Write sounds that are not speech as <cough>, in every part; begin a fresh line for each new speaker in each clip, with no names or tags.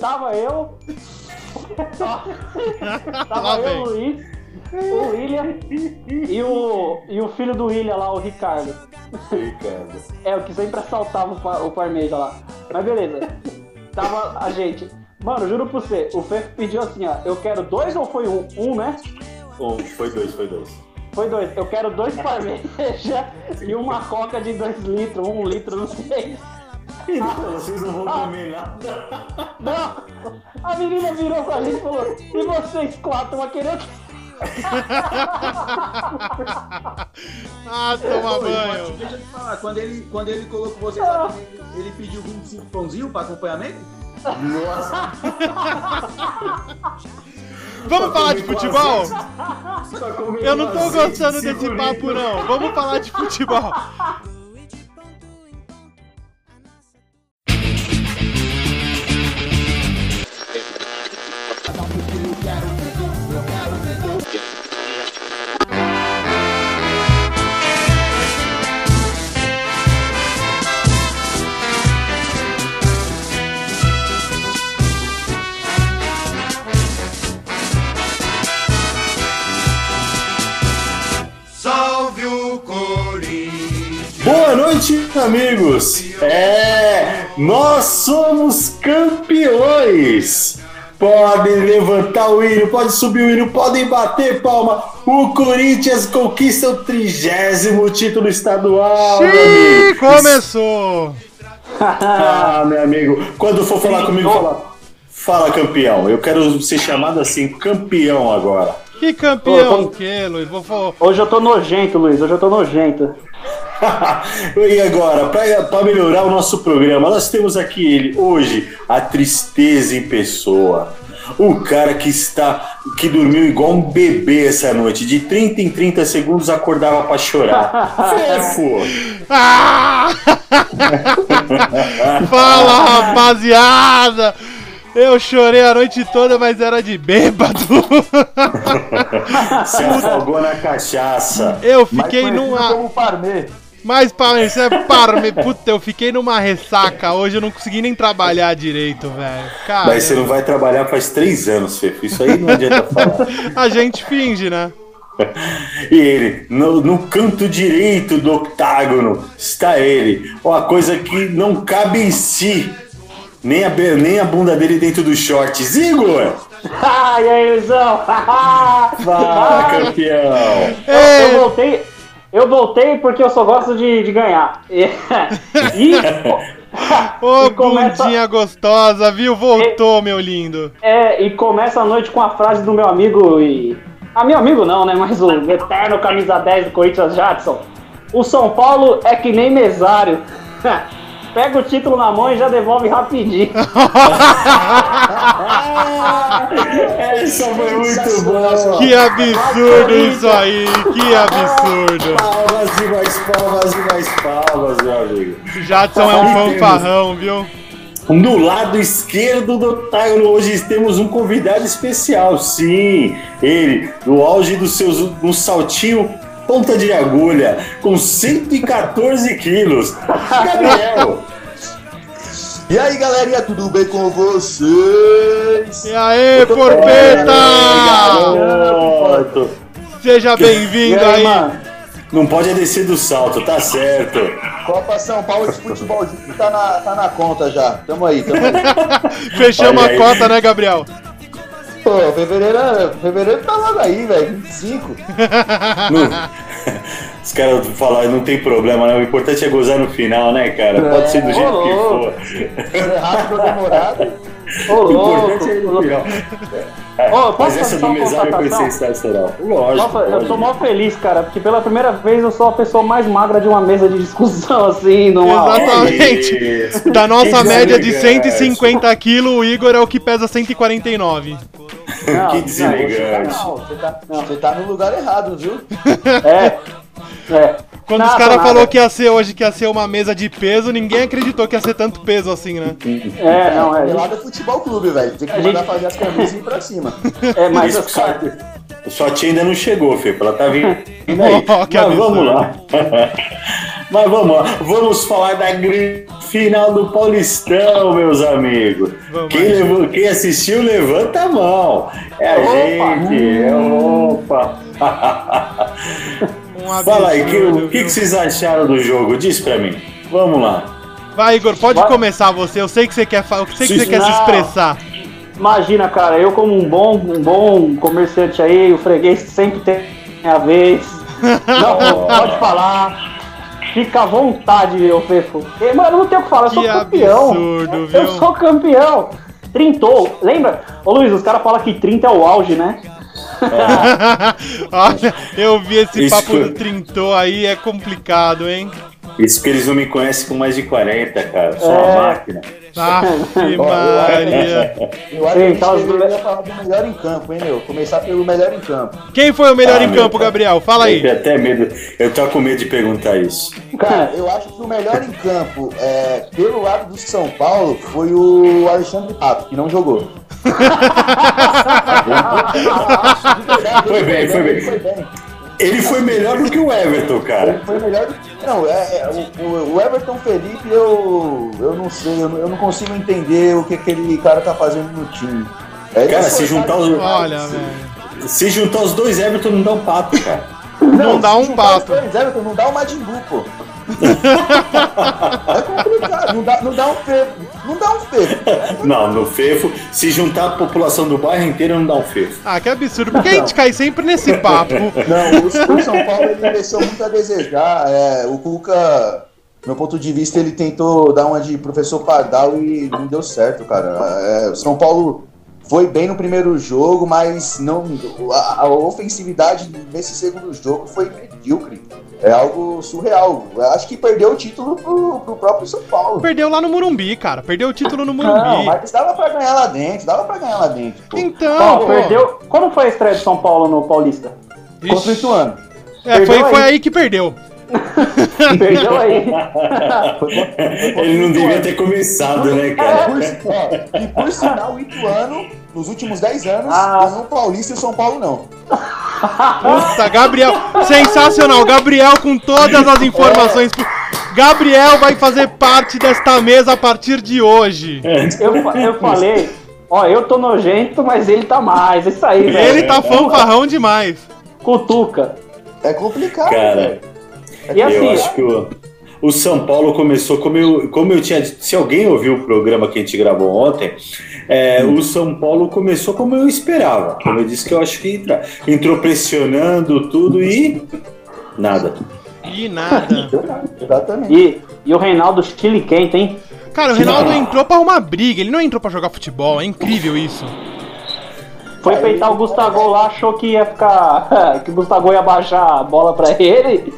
Tava eu.
Lá
Tava eu,
vem.
o Luiz, o William e o, e o filho do William lá, o Ricardo.
Ricardo.
É, o que sempre assaltava o, par, o Parmeja lá. Mas beleza. Tava a gente. Mano, juro pra você, o Fefo pediu assim, ó. Eu quero dois ou foi um? Um, né?
Um, foi dois, foi dois.
Foi dois. Eu quero dois <laughs> parmeja e uma coca de dois litros, um litro, não sei. Ah.
Então, vocês não vão comer nada.
Não! A menina virou pra gente e falou: e vocês quatro vão querer o quê?"
Ah, toma
Mas
banho.
Deixa eu te falar, quando ele, quando ele colocou vocês lá,
Ah.
ele, ele pediu 25 pãozinho pra acompanhamento?
Nossa,
Vamos falar de futebol?
só comer
Eu não tô
umas
gostando
25
desse papo,
litros.
não. Vamos falar de futebol.
Boa noite, amigos! É, nós somos campeões! Podem levantar o hino, pode subir o hino, podem bater palma. O Corinthians conquista o trigésimo título estadual. meu
Ih,
amigo.
começou.
Ah, meu amigo, quando for falar comigo, fala, fala campeão. Eu quero ser chamado assim, campeão agora.
Que
Ô,
campeão
vamos-
que, Luiz? Vou, vou,
Hoje eu tô nojento, Luiz. Hoje eu tô nojento.
<laughs> e agora, para melhorar o nosso programa, nós temos aqui ele hoje, a tristeza em pessoa. O cara que está que dormiu igual um bebê essa noite, de 30 em 30 segundos acordava para chorar. Fefo!
Ah! <laughs> Fala, rapaziada! Eu chorei a noite toda, mas era de bêbado. <laughs>
Se afogou na cachaça.
Eu fiquei numa.
Como
<laughs>
Parmê.
Mas, Palmer, isso é parme. Puta, eu fiquei numa ressaca hoje. Eu não consegui nem trabalhar direito, velho. Cara,
Mas você não vai trabalhar faz três anos, Fefo. Isso aí não adianta falar.
a gente finge, né?
E ele, no, no canto direito do octágono, está ele. Uma coisa que não cabe em si. Nem a, be- nem a bunda dele dentro dos shorts. Igor!
Ah, e aí,
<laughs>
Luizão?
Ah.
Fala,
<laughs>
tá campeão!
Eu, eu voltei. Eu voltei porque eu só gosto de, de ganhar. <laughs> E,
<laughs>
e- <laughs>
Ô,
e começa-
bundinha gostosa, viu? Voltou, meu lindo. <laughs>
É, e começa a noite com a frase do meu amigo e. Ah, meu amigo não, né? Mas o eterno camisa 10 do Corinthians Jadson. O São Paulo é que nem mesário. <laughs> Pega o título na mão e já devolve rapidinho.
Essa É, foi muito boa!
Que absurdo isso aí, que absurdo.
Palmas e mais palmas e mais palmas, meu amigo.
Jadson é um fanfarrão, viu?
No lado esquerdo do octágono, hoje temos um convidado especial. Sim, ele, no auge dos seus um saltinho ponta de agulha, com 114 quilos. Gabriel!
E aí, galerinha, tudo bem com vocês?
E aí,
Ei,
Porpeta!
garoto.
Seja
E
bem-vindo
aí,
aí.
mano? Não pode é descer do salto, tá certo.
Copa São Paulo de futebol junto tá na, tá na conta já. Tamo aí, tamo aí.
<laughs>
Fechamos
Olha
a
aí.
cota, né, Gabriel?
Pô, fevereiro, é- fevereiro tá logo aí, velho. 25.
Não- Os caras falam, não tem problema, né? O importante é gozar no final, né, cara? Pode
É,
ser do jeito que for.
Se é rápido ou demorado.
Ô,
O
louco!
importante é ir no final.
Ô, posso
Mas
fazer
essa
só
do
uma
mesário foi
constatação?
sensacional. Lógico.
Nossa, eu
lógico.
sou mó feliz, cara, porque pela primeira vez eu sou a pessoa mais magra de uma mesa de discussão, <laughs> assim, numa.
Exatamente.
É Isso.
Da nossa
Que
média de
deselegante.
150 quilos, o Igor é o que pesa 149.
Não,
Que
não,
deselegante.
Não, você tá, você tá no lugar errado, viu?
É. É.
Quando os
Nada,
caras
nada.
falaram que ia ser hoje, que ia ser uma mesa de peso, ninguém acreditou que ia ser tanto peso assim, né?
É, não, é.
Pelado é futebol clube, velho. Tem que
A
mandar
gente-
fazer as camisas e ir pra cima.
É,
Por
mas
isso
os
que sua,
caras.
sua tia ainda não chegou, Fê. Ela tá
<laughs>
vindo vindo aí.
Oh, que
Mas <laughs>
absurdo.
vamos lá. Mas vamos lá. Vamos falar da grande Final do Paulistão, meus amigos.
Vamos
Quem,
aí.
levou, quem assistiu, levanta a mão. É a
Opa!
gente. É, opa. <laughs>
Um absurdo,
Fala aí, que- o que,
viu?
que vocês acharam do jogo? Diz pra mim. Vamos lá.
Vai, Igor, pode
Vai.
começar você. Eu sei que você quer, fa- eu sei que você quer se
Não.
expressar. <laughs>
Imagina, cara, eu como um bom, um bom comerciante aí, o freguês sempre tem a
<laughs>
vez. Não, pode falar. Fica à vontade, meu fefo. E, mano, não tem o que falar, eu sou
Que
campeão.
absurdo,
eu
viu?
sou campeão. Trintou, lembra? Ô Luiz, os caras falam que 30 é o auge, né?
Olha, eu vi esse
Isso
papo
foi-
do Trintou aí, é complicado, hein?
Isso que eles não me conhecem com mais de 40, cara. Sou uma
É.
máquina. <laughs>
Aff, Ah,
é.
Maria.
Eu acho que a gente
tá os dois-
deveria falar do melhor em campo, hein, meu? Começar pelo melhor em campo.
Quem foi o melhor
Ah,
em
meu
campo,
pai.
Gabriel? Fala
Eu
aí.
tenho até medo. Eu tô com medo de perguntar isso.
<laughs>
Cara, eu acho que o melhor em campo, é, pelo lado do São Paulo, foi o Alexandre Pato, que não jogou.
<laughs> Foi bem, foi bem.
Foi bem.
Ele foi melhor do que o Everton, cara.
Foi melhor do que. Não, é, é, o- o, o Everton Felipe, eu, eu não sei, eu, não- eu não consigo entender o que aquele cara tá fazendo no time. É, ele
Cara,
foi-
se juntar os,
Olha, velho.
se juntar os dois Everton não dá um pato, cara.
Não dá
se
um
juntar
pato.
os dois Everton, não dá o Majin Buu, pô.
<laughs>
é complicado, não dá, não dá um fefo. Não dá um fefo.
Não, no Fefo, se juntar a população do bairro inteiro não dá um Fefo.
Ah, que absurdo. Por que a gente cai sempre nesse papo?
Não, o, o São Paulo ele deixou muito a desejar. É, o Cuca, meu ponto de vista, ele tentou dar uma de professor Pardal e não deu certo, cara. É, o São Paulo foi bem no primeiro jogo, mas não a, a ofensividade nesse segundo jogo foi medíocre. É algo surreal. Eu acho que perdeu o título pro, pro próprio São Paulo.
Perdeu lá no Murumbi, cara. Perdeu o título no
Não,
Murumbi.
mas dava pra ganhar lá dentro, dava pra ganhar lá dentro. Pô.
Então,
Ó,
pô.
perdeu. Quando foi a estreia de São Paulo no Paulista?
<laughs> Ixi.
Contra o Ituano.
É, foi,
Perdeu aí.
foi aí que perdeu.
Perdeu
<laughs>
aí.
Ele não devia ter começado, né, cara?
Por, ó, e por sinal, o Ituano, nos últimos 10 anos,
Ah.
ganhou o Paulista e o São Paulo não.
Puta, Gabriel. Sensacional. Gabriel com todas as informações. Gabriel vai fazer parte desta mesa a partir de hoje.
Eu, fa- eu falei, ó, eu tô nojento, mas ele tá mais. É isso aí, velho.
Ele tá fanfarrão demais.
Cutuca.
É complicado,
Cara,
E
eu
assim,
acho É que o, o São Paulo começou, como eu, como eu tinha dito, se alguém ouviu o programa que a gente gravou ontem, é, o São Paulo começou como eu esperava. Como eu disse que eu acho que entra, entrou pressionando tudo e. Nada.
E nada.
velho. Exatamente.
e, e o Reinaldo Chile quente, hein?
Cara, o Reinaldo entrou pra arrumar briga, ele não entrou pra jogar futebol, é incrível isso.
Foi
Aí-
peitar o Gustavo lá, achou que ia ficar. <laughs> que o Gustavo ia baixar a bola pra <laughs> ele.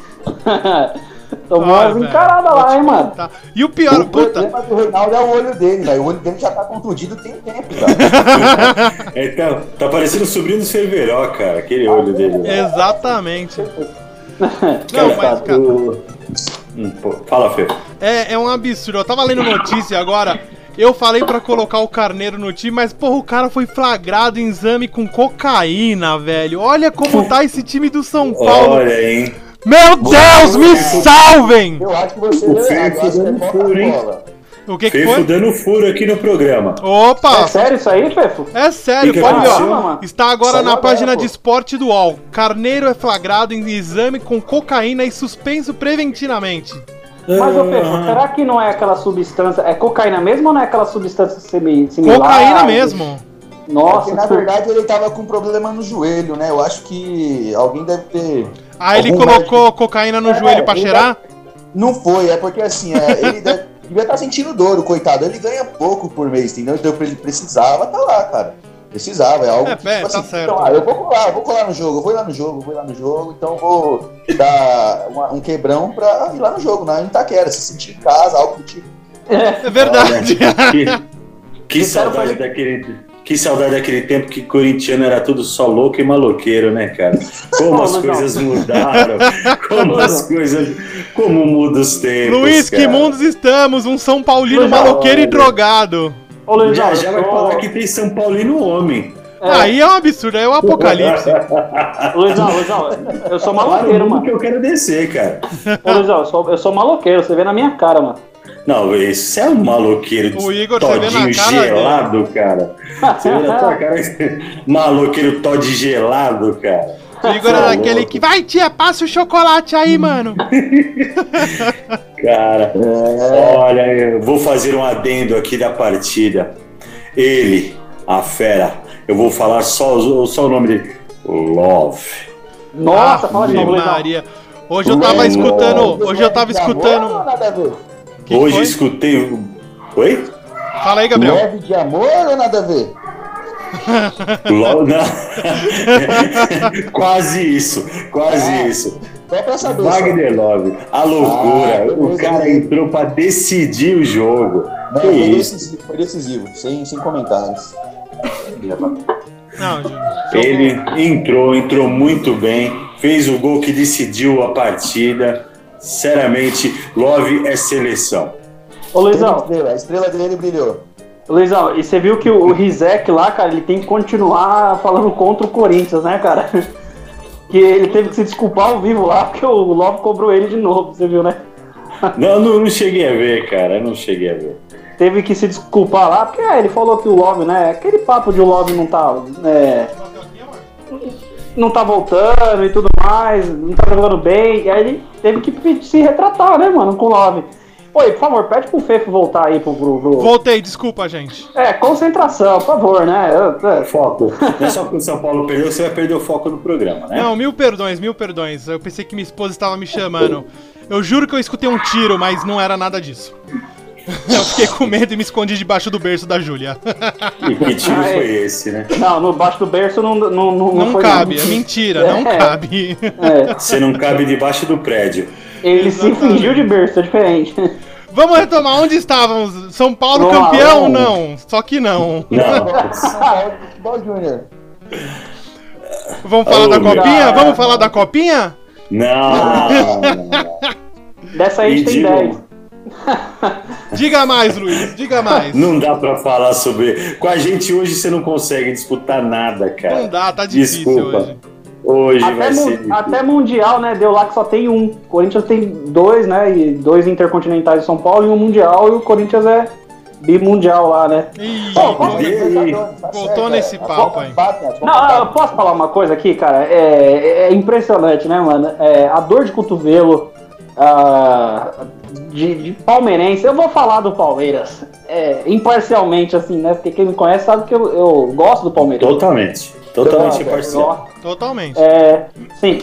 Tomou
Olha,
umas
Ah, velho,
encaradas
vou
lá,
te
hein, mano?
contar. tá? E o pior,
O
puta,
problema do Reinaldo é o olho dele, velho. O olho dele já tá contundido tem tempo, cara.
Então, tá parecendo o sobrinho do Cerveró, cara, aquele olho dele. lá.
<laughs>
exatamente. Não, mas, cara,
O- Hum, pô, Fala, Fê.
É, é um absurdo. Eu tava lendo notícia agora. Eu falei pra colocar o Carneiro no time, mas porra, o cara foi flagrado em exame com cocaína, velho. Olha como tá esse time do São Paulo.
Olha, hein?
Meu Deus, me salvem!
Eu acho que você
O
agora
Fefo
você
dando
é
furo, hein?
Coca-Cola.
O que que
Fefo
foi?
dando furo aqui no programa.
É
Opa!
sério isso aí, Fefo?
É sério,
Fica
pode ver,
com
ó.
calma, mano.
Está agora
Saiu
na
agora,
página
pô.
de esporte do UOL. Carneiro é flagrado em exame com cocaína e suspenso preventivamente.
Mas, ô
Ah.
Fefo, será que não é aquela substância. É cocaína mesmo ou não é aquela substância semi- similar?
Cocaína mesmo.
Nossa,
Porque, na verdade, ele tava com um problema no joelho, né? Eu acho que alguém deve ter.
Aí ele
Algum
colocou cocaína no
É,
joelho pra
ele
cheirar?
Não foi, é porque assim, é, ele deve, devia estar sentindo dor, o coitado. Ele ganha pouco por mês, entendeu? Então ele precisava tá lá, cara. Precisava, é algo.
É, é, tá certo.
então, ah, eu vou colar, eu vou colar no jogo, eu vou ir lá no jogo, eu vou ir lá no jogo, então eu vou dar uma- um quebrão pra ir lá no jogo, na Itaquera, se sentir em casa, algo do tipo.
É verdade.
tá-
Que, que
Disseram
saudade daquele. Que saudade daquele tempo que corintiano era tudo só louco e maloqueiro, né, cara? Como as
Não, não.
coisas mudaram. Como as coisas. Como mudam os tempos.
Luiz, que
cara.
mundos estamos? Um São Paulino
Luiz,
maloqueiro e
olha.
drogado.
Ô, Luiz,
Já,
eu
já vai
tô-
falar que tem São Paulino homem.
Aí é um absurdo, aí é
<laughs>
o apocalipse.
Luizão, Luizão, eu sou
Para o
maloqueiro,
mundo
mano.
que eu quero descer, cara.
Ô, Luizão, eu sou, eu sou maloqueiro, você vê na minha cara, mano.
Não, esse é um maloqueiro
O Igor, você vê na
todinho
cara dele.
gelado, cara. Você vê na tua cara esse <laughs> maloqueiro Todd gelado, cara.
O Igor
Tá
era aquele que. Vai, tia, passa o chocolate aí, mano.
Cara, olha, eu vou fazer um adendo aqui da partida. Ele, a fera, eu vou falar só, os- só o nome dele. Love.
Nossa, fala de
Ave
novo, Leitão.
Maria. Hoje eu tava
Love.
escutando. Hoje eu tava escutando.
Amor, nada a ver?
Que
Hoje
foi?
escutei. o- Oi?
Fala aí, Gabriel.
Leve de amor ou nada a ver?
<laughs>
Lo- Não. <laughs> quase isso, quase
É.
isso.
Só pra saber. só.
Wagner Love, a loucura.
Ah,
o
beleza,
cara
beleza.
entrou pra decidir o jogo.
Não,
que
foi,
isso?
decisivo, foi decisivo, sem, sem comentários.
Não, gente.
Ele entrou, entrou muito bem, fez o gol que decidiu a partida. Sinceramente, Love é seleção.
Ô,
Ele
Luizão,
brilhou, A estrela dele brilhou.
Luizão, e você viu que o o Rizek lá, cara, ele tem que continuar falando contra o Corinthians, né, cara? <laughs> Que ele teve que se desculpar ao vivo lá, porque o Love cobrou ele de novo, você viu, né?
Não, não, não cheguei a ver, cara, eu não cheguei a ver.
Teve que se desculpar lá, porque é, ele falou que o Love, né? Aquele papo de o Love não tá. é, não tá voltando e tudo mais, não tá jogando bem. E aí ele teve que pe- se retratar, né, mano, com o Love. Oi, por favor, pede pro Fefo voltar aí pro. pro, pro-
Voltei, desculpa, gente.
É, concentração, por favor, né? Eu- eu-
Foco. Não é só porque o São Paulo perdeu, você vai perder o foco no programa, né?
Não, mil perdões, mil perdões. Eu pensei que minha esposa estava me chamando. Eu juro que eu escutei um tiro, mas não era nada disso. <laughs> Eu fiquei com medo e me escondi debaixo do berço da Júlia.
E que time
Ai.
foi esse, né?
Não, no baixo do berço não, não, não, não
Não
foi
cabe,
não.
é mentira, não
É.
cabe. <laughs>
É,
Você não cabe debaixo do prédio.
ele se
Exatamente.
fingiu de berço, é diferente. <laughs>
Vamos retomar onde estávamos? São Paulo
Não,
campeão?
não.
Não, só que não.
Não.
São
é
Paulo de Futebol Júnior.
Vamos falar
Ô,
da
meu.
copinha? Vamos falar da copinha?
Não.
Dessa aí a
E
gente tem
digo,
10.
Diga mais, Luiz, diga mais. Não,
Não dá pra falar sobre. Com a gente hoje você não consegue disputar nada, cara.
dá, tá difícil
Desculpa.
hoje.
Hoje
Hum. Até,
vai
mu-
ser. difícil.
até Mundial, né? Deu lá que só tem um. O Corinthians tem dois, né? E dois intercontinentais de São Paulo e um Mundial. E o Corinthians é bimundial lá, né?
Ih,
Bom,
vamos-
E aí?
Voltou nesse papo aí.
Não, eu posso falar uma coisa aqui, cara? É, é impressionante, né, mano? É, a dor de cotovelo ah, de, de palmeirense. Eu vou falar do Palmeiras é, imparcialmente, assim, né? Porque quem me conhece sabe que eu, eu gosto do Palmeiras.
Totalmente. Totalmente parcial.
Totalmente.
É, Sim.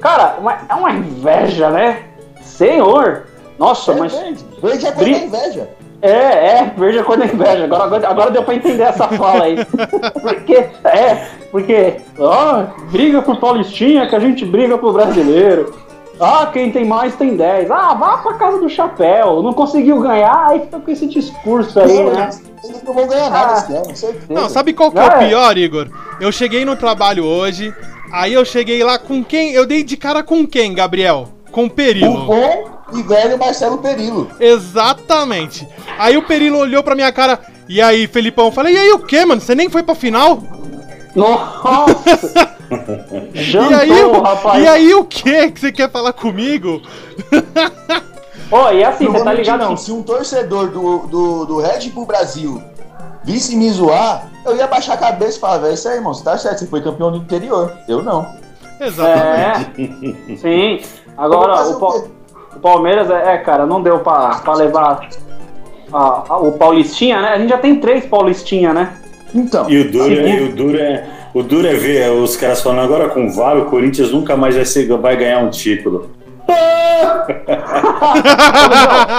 Cara, uma- é uma inveja, né? Senhor! Nossa,
É
mas.
verde. Verde é coisa
Bri-
da inveja.
É, é, veja quando é inveja. Agora, agora, agora deu pra entender essa fala
<laughs>
aí. Porque, é, porque, ó, briga por Paulistinha que a gente briga pro brasileiro. Ah, quem tem mais tem 10. Ah, vá pra casa do chapéu. Não conseguiu ganhar, aí fica com esse discurso aí,
Não,
né?
eles, eles não vão ganhar nada
Ah.
esse ano, certeza.
Não, sabe qual que é
Ah,
o
é.
pior, Igor? Eu cheguei no trabalho hoje, aí eu cheguei lá com quem? Eu dei de cara com quem, Gabriel? Com o
O
Perilo.
bom e velho Marcelo Perillo.
Exatamente. Aí o Perilo olhou pra minha cara, e aí, Felipão? Eu Falei, e aí o quê, mano? Você nem foi pra final?
<laughs>
Nossa!
e aí,
Jantou, rapaz.
e aí o quê que você quer falar comigo?
Ó, e assim,
Não
você
vou
tá
mentir,
ligado?
não.
que-
Se um torcedor do, do, do Red Bull Brasil visse me zoar, eu ia baixar a cabeça e falar, velho, isso aí, irmão, você tá certo, você foi campeão do interior. Eu não.
Exatamente.
É. Sim.
Eu vou
Agora,
fazer
o, Pal-
quê?
O Palmeiras, é, é, cara, não deu pra, pra levar a- a- o Paulistinha, né? A gente já tem três Paulistinha, né?
Então,
E o duro, é- e o duro é. O duro é ver os caras falando agora com o VAR, o Corinthians nunca mais vai, ser- vai ganhar um título.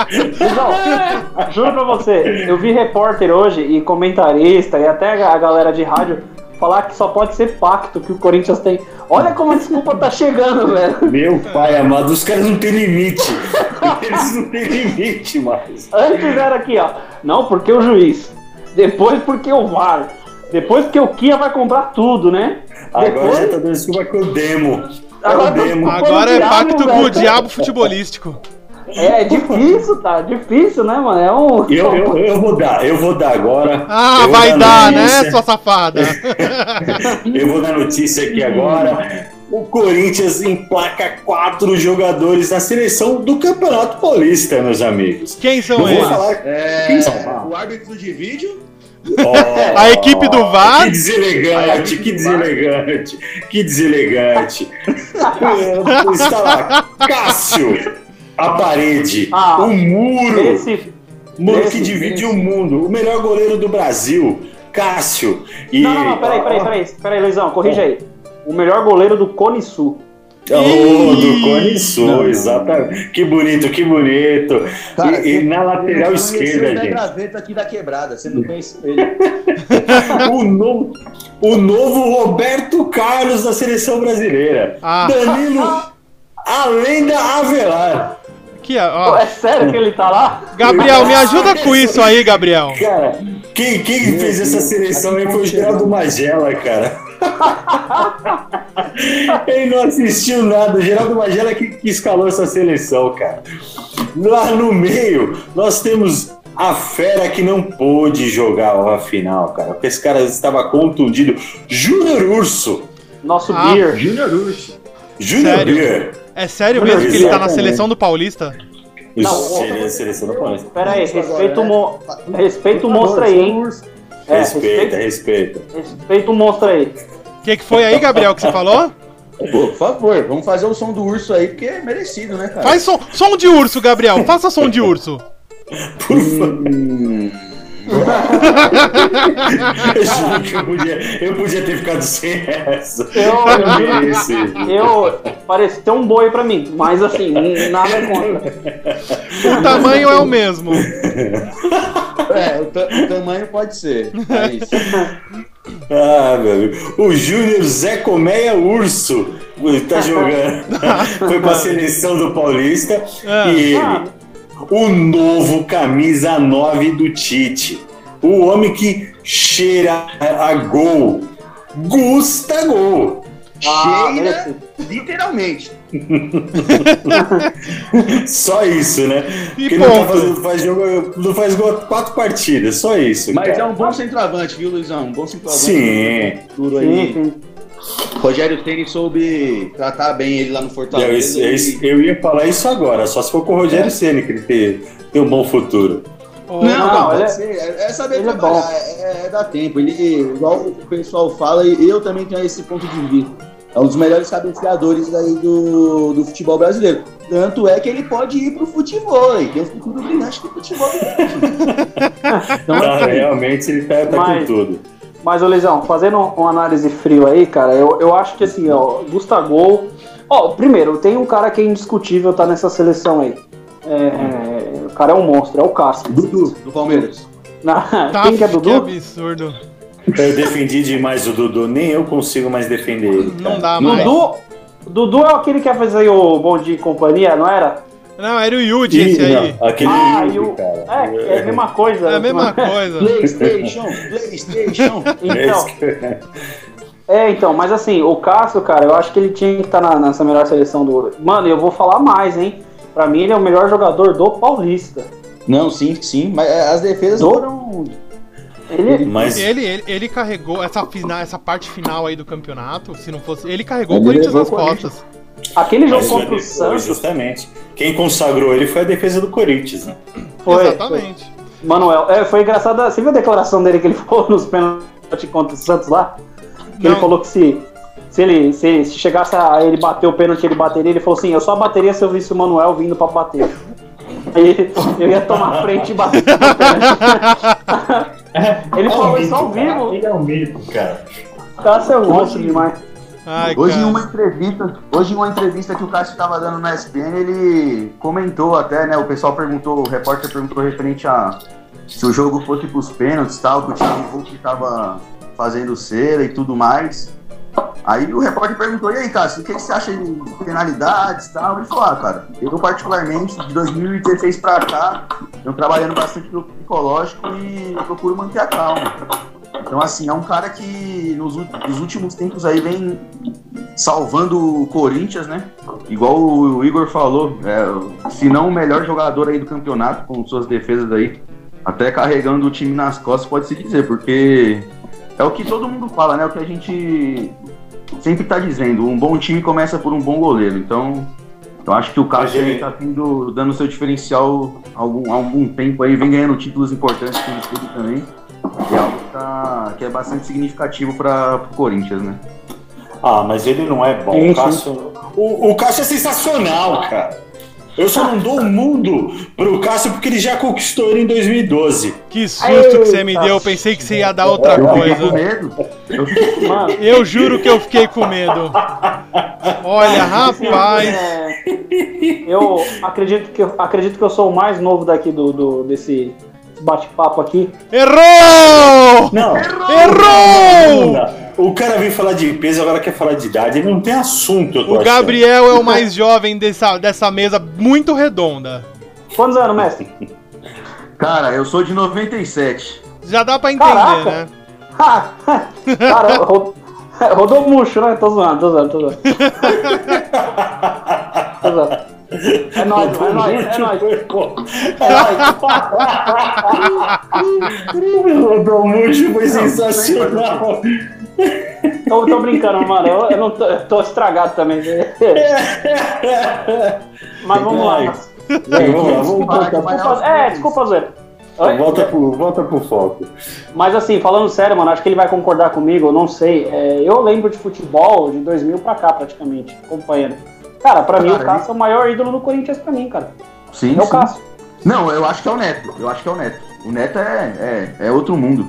Então, <laughs> juro pra você, eu vi repórter hoje e comentarista e até a galera de rádio falar que só pode ser pacto que o Corinthians tem. Olha como a desculpa tá chegando, velho.
Meu pai amado, os caras não têm limite. <laughs> Eles não têm limite mais.
Antes era aqui, ó. Não, porque o juiz. Depois porque o VAR. Depois porque o Kia vai comprar tudo, né?
Agora
Depois-
já tá dando desculpa que o demo. É
Agora
o
tá
demo.
desculpa.
Agora é
Diabo,
pacto com o
velho.
diabo futebolístico.
É, é difícil, tá? Difícil, né, mano? É um.
Eu, eu, eu vou dar, eu vou dar agora.
Ah,
Eu vou
vai dar, né,
notícia.
sua safada?
Eu vou dar notícia aqui agora. o Corinthians emplaca quatro jogadores na seleção do Campeonato Paulista, meus amigos.
Quem são
Não vou
eles?
falar
É,
Quem são?
o árbitro de vídeo.
Oh,
A equipe do VAR?
Que deselegante, que deselegante, que deselegante. É, Está lá, Cássio, a parede,
Ah,
o muro,
Esse.
muro que
esse-
divide o mundo, o melhor goleiro do Brasil, Cássio. E...
Não, não, não, peraí, peraí, peraí. Peraí, Luizão, corrija aí. O melhor goleiro do Cone Sul.
Oh, do
Ih!
Cone Sul,
Não.
exatamente. Que bonito, que bonito.
Cara,
e, e na
Eu
lateral
conheci o
esquerda,
Zé
é gente.
Graveto aqui da quebrada, você não conhece ele.
O novo, o novo Roberto Carlos da seleção brasileira.
Ah.
Danilo, a lenda Avelar.
Aqui, ó.
Pô, é sério que ele tá lá?
Gabriel, me ajuda com isso aí, Gabriel.
Cara, quem, quem fez essa seleção aí foi o Geraldo Magela, cara. <laughs> Ele não assistiu nada. O Geraldo Magela que, que escalou essa seleção, cara. Lá no meio, nós temos a fera que não pôde jogar a final, cara. Porque esse cara estava contundido. Júnior Urso.
Nosso
Ah.
Beer.
Junior Urso.
Júnior
Sério?
Beer.
É sério mesmo que ele tá na
Exatamente.
seleção do Paulista?
Não,
Seria a é seleção do Paulista.
Pera aí,
Urso agora,
respeita o,
né?
mo... respeita o monstro aí, hein? É,
Respeita,
respeita,
respeita.
respeita o monstro aí.
O que, que foi aí, Gabriel, que você falou?
Pô, por favor, vamos fazer o som do urso aí, porque é merecido, né, cara?
Faz som, som de urso, Gabriel. Faça som de urso.
Por favor. eu, juro que eu podia, eu podia ter ficado sem essa.
Eu-
mereci.
Eu. Pareceu um boi pra mim, mas assim, nada contra.
O tamanho é o mesmo.
É, o, ta- o tamanho pode ser. é mas-
Ah, meu amigo. O Júnior Zé Colmeia Urso tá jogando. Foi pra seleção do Paulista.
Ah.
E
Ah.
ele, o novo camisa 9 do Tite. O homem que cheira a gol. Gusta gol.
<laughs> Ah,
Cheira,
merecido.
literalmente.
Só isso, né?
E
Porque não, tá
ponto.
fazendo, faz jogo, não faz gol há quatro partidas, só isso.
Mas é
cara.
um bom centroavante, viu, Luizão? Um bom centroavante.
Sim. é,
Duro
Sim,
aí.
sim.
Rogério Ceni soube tratar bem ele lá no Fortaleza.
Eu, isso- eu, isso-
Ele-
eu ia falar isso agora, só se for com o
É.
Rogério Ceni que ele tem, tem um bom futuro.
Ô,
Não, não,
Não,
pode
ele é-
ser. É, é saber
ele é
trabalhar, é, é dar tempo. Ele, igual o pessoal fala, e eu também tenho esse ponto de vista. É um dos melhores cabeçadores aí do, do futebol brasileiro. Tanto é que ele pode ir pro futebol, e tem um futuro brilhante pro futebol. Então,
Tá, realmente ele tá, tá com
Mas-
tudo.
Mas, ô Lesão, fazendo uma análise frio aí, cara, eu, eu acho que assim, ó, Gustavo. Ó, primeiro, tem um cara que é indiscutível, tá nessa seleção aí. É, é, o cara é um monstro, é o Cássio.
Dudu, do Palmeiras.
Na-
Tá,
Quem que é
que
Dudu?
absurdo.
Eu defendi demais o Dudu, nem eu consigo mais defender ele. cara.
Não dá mais.
Dudu, Dudu é aquele que ia fazer o Bom Dia e Companhia, não era?
Não, era o Yudi
Ih,
esse aí.
não, aquele
Ah,
Yuri,
e o-
cara.
É, é a mesma coisa.
É a mesma coisa.
PlayStation, PlayStation.
É
Então,
isso que-
é, então, mas assim, o Cássio, cara, eu acho que ele tinha que estar na, nessa melhor seleção do ouro. Mano, eu vou falar mais, hein? Pra mim, ele é o melhor jogador do Paulista.
Não, sim, sim. Mas é, as defesas
Do-
foram.
Ele,
é, Mas
Ele, ele, ele carregou essa, fina, essa parte final aí do campeonato, se não fosse. Ele carregou o
Ele
Corinthians
levou
nas
o Corinthians.
costas.
aquele jogo
Mas
contra
foi-
o
foi
Santos
Justamente. Quem consagrou ele foi a defesa do Corinthians, né?
foi.
Exatamente.
foi- Manuel, é, foi engraçado. Você viu a declaração dele que ele <laughs> falou nos pênaltis contra o Santos lá? Que ele
Não.
falou que se, se ele se, se chegasse a ele bater o pênalti, ele bateria. Ele falou assim: eu só bateria se eu visse o Manuel vindo pra bater. <laughs> Aí eu ia tomar a frente e bater. o pênalti. ele falou isso ao vivo.
Ele é um mito, cara.
Tá seu monstro demais.
<laughs> Ai,
Hoje em,
cara.
uma entrevista, hoje em uma entrevista que o Cássio estava dando na SPN, ele comentou até, né? O pessoal perguntou, o repórter perguntou referente a se o jogo fosse pros pênaltis tal, que o Thiago Volpe estava fazendo cera e tudo mais. Aí o repórter perguntou, e aí, Cássio, o que que você acha de penalidades e tal? Ele falou, ah, cara, eu particularmente, de 2016 pra cá, eu trabalhando bastante no psicológico e procuro manter a calma. Então, assim, é um cara que nos, ú- nos últimos tempos aí vem salvando o Corinthians, né? Igual o, o Igor falou, é, o- se não o melhor jogador aí do campeonato, com suas defesas aí, até carregando o É time nas costas, pode se dizer, porque é o que todo mundo fala, né? O que a gente sempre tá dizendo, um bom time começa por um bom goleiro. Então, eu acho que o Cássio
Mas ele-
ele tá tendo, dando seu diferencial há algum, há algum tempo aí, vem ganhando títulos importantes pelo clube também. E é algo que, tá- que é bastante significativo para o Corinthians, né?
Ah, mas ele não é bom.
Sim,
o, Cássio... O, o Cássio é sensacional, cara. Eu só não dou o mundo pro Cássio porque ele já conquistou ele em 2012.
Que susto que você me
Eita.
deu, eu pensei que você ia dar outra
um. Eu fiquei com
coisa.
medo. Eu fiquei com medo.
Mano,
Eu juro que eu fiquei com medo.
<laughs>
Olha, rapaz.
É, eu acredito que eu acredito que eu sou o mais novo daqui do, do- desse bate-papo aqui.
Errou!
Não.
Errou!
Não. O cara veio falar de peso, agora quer falar de idade. Ele não tem assunto, eu tô
O
achando.
Gabriel é o mais jovem dessa, dessa mesa muito redonda.
Quantos anos, mestre?
Cara, eu sou de 97.
Já dá pra entender,
Caraca.
né?
Ha! <laughs> Cara, ro- rodou murcho, né? Tô zoando, tô zoando, tô zoando. <laughs> Tô zoando. É nóis, é nóis, é nóis.
Pô, É nóis. O Dalmucci foi sensacional.
Tô, tô brincando, mano. Eu, eu não tô, eu tô estragado também. <laughs>
É.
Mas vamos lá.
Vem, vamos lá, vamos
Parar
voltar
de
pro-
malhar os
Desculpa, é,
dois.
desculpa, Zé. Oi?
Volta pro, volta pro foco.
Mas assim, falando sério, mano, acho que ele vai concordar comigo, eu não sei. É, eu lembro de futebol de 2000 pra cá, praticamente, acompanhando. Cara, pra mim
Cara,
o Cássio é o maior ídolo do Corinthians pra mim, cara.
Sim,
é o
sim.
Cássio.
Não, eu acho que é o Neto. Eu acho que é o Neto. O Neto é, é, é outro mundo.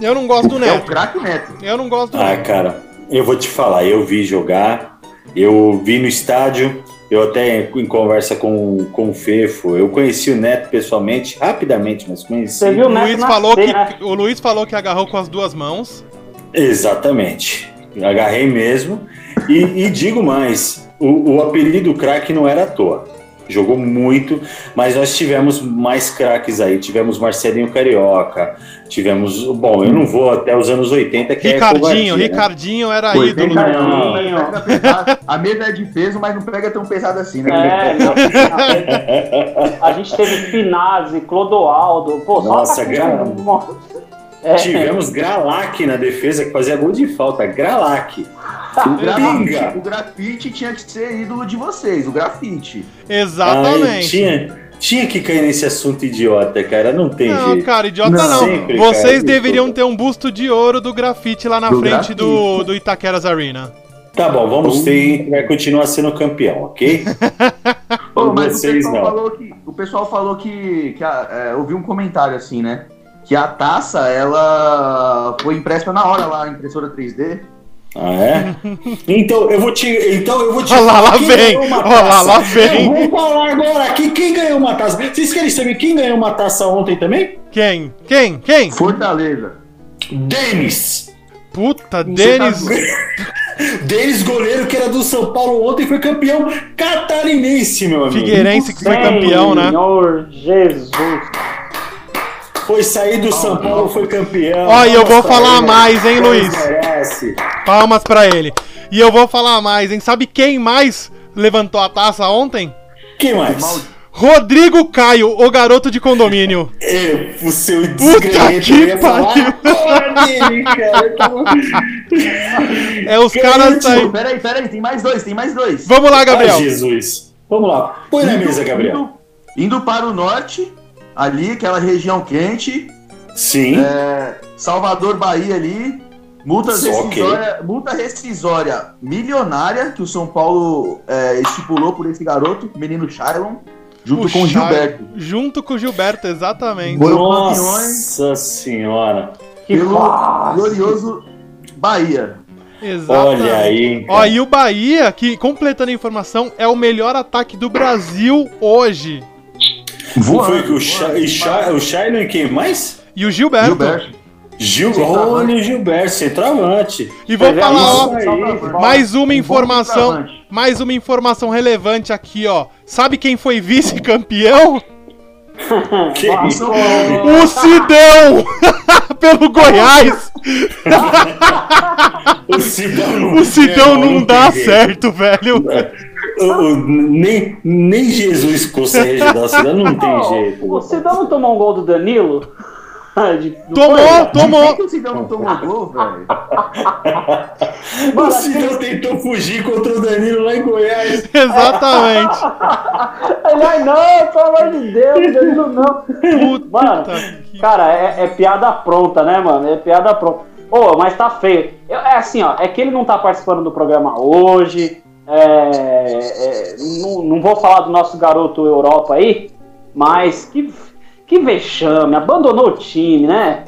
Eu não gosto do
É o
Neto.
craque Neto.
Eu não gosto né? do
Ah,
Neto.
cara, eu vou te falar, eu vi jogar, eu vi no estádio, eu até em conversa com, com o Fefo, eu conheci o Neto pessoalmente, rapidamente, mas conheci.
Você viu
O
o Neto
Luiz,
nascer,
falou
né?
que, o Luiz falou que agarrou com as duas mãos.
Exatamente. Agarrei mesmo. E, e digo mais: o, o apelido craque não era à toa. Jogou muito, mas nós tivemos mais craques aí. Tivemos Marcelinho Carioca, tivemos. Bom, eu não vou até os anos 80, que é.
Ricardinho,
covardia, né?
Ricardinho era
Foi,
ídolo.
tem
do-
Não.
Pega pesado. A mesa é de peso, mas não pega tão pesado assim, né?
É, não. É, A gente teve Finazzi, Clodoaldo, pô, só
Nossa,
atacante
cara.
bom. É,
Tivemos Gralac na defesa, que fazia gol de falta. Gralac. tá
O, grafite,
Pinga.
o grafite tinha que ser ídolo de vocês, o grafite.
Ai,
Exatamente.
Ah, tinha, tinha que cair nesse assunto idiota, cara. Não tem
Não,
jeito.
cara, idiota
Não.
não.
Sempre, cara,
Vocês
desculpa.
deveriam ter um busto de ouro do grafite lá na
Do
frente
grafite.
do, do Itaqueras Arena.
Tá bom, vamos ter. hein? Vai continuar sendo
<laughs>
campeão, ok?
Pô, mas o
vocês
pessoal
não.
falou que, o pessoal falou que, que a- é, eu vi um comentário assim, né? Que a taça, ela foi impressa na hora lá, impressora 3D.
Ah, é? então eu vou te. Então eu vou te.
Olha lá, lá
Quem
vem!
ganhou uma
Olha lá,
taça?
lá vem!
Eu vou falar agora aqui quem ganhou uma taça. Vocês querem saber quem ganhou uma taça ontem também?
Quem? Quem? Quem?
Fortaleza.
Denis!
Puta, Denis.
Denis, goleiro que era do São Paulo ontem, foi campeão catarinense, meu amigo.
Figueirense que foi campeão, né?
Senhor Jesus.
Foi sair do São Paulo, foi campeão.
Ó, e eu vou
Nossa,
falar
ele
mais, hein, Luiz?
merece.
Palmas pra ele. E eu vou falar mais, hein? Sabe quem mais levantou a taça ontem?
Quem mais?
Rodrigo Caio, o garoto de condomínio.
É, o seu
que
desgrenhento eu ia falar
pariu.
<laughs> agora dele, cara. Eu tava-
É os
Que
caras
isso?
aí.
Pô, Peraí, peraí, tem mais dois, tem mais dois.
Vamos lá,
Ai,
Gabriel.
Jesus. Vamos lá. Põe na mesa, Gabriel.
Indo, indo para o norte, ali, aquela região quente,
Sim.
É,
Salvador, Bahia ali. Multa
Só que-
rescisória, multa rescisória milionária que o São Paulo é, estipulou por esse garoto, menino Shailon, junto
O
com o
Shai-
Gilberto.
Junto com o Gilberto, exatamente.
Foram
Nossa senhora.
Que
Pelo
fácil.
glorioso Bahia.
Exatamente.
Olha aí.
Ó,
cara.
e o Bahia, que completando a informação, é o melhor ataque do Brasil hoje.
Não foi que o Sha- e Sha- o Shailon e quem mais?
E o Gilberto.
Gilberto.
Gil,
Centroavante.
olha o Gilberto, centroavante.
E vou
Mas é
falar, ó,
isso aí.
mais uma
Um bom
informação,
centroavante.
mais uma informação relevante aqui, ó. Sabe quem foi vice-campeão?
Que isso?
O Sidão! <laughs> Pelo Goiás!
O Sidão não,
O Sidão
é,
não dá
tem
certo, velho.
jeito. O- o- nem, nem Jesus consegue ajudar o Sidão, não tem jeito. né?
Você não tomou um gol do Danilo? <laughs> verdade. Não
Tomou,
foi?
tomou.
que o Sidão não tomou
<laughs>
gol, velho?
O Sidão tentou fugir contra o Danilo lá em Goiás.
Exatamente.
Ele, ai não, pelo amor de
<laughs>
Deus, Danilo não.
Puta
Mano,
que-
cara, é, é piada pronta, né, mano? É piada pronta. Ô, mas tá feio. Eu- é assim, ó, é que ele não tá participando do programa hoje. é, é, não, não vou falar do nosso garoto Europa aí, mas que, que vexame, abandonou o time, né?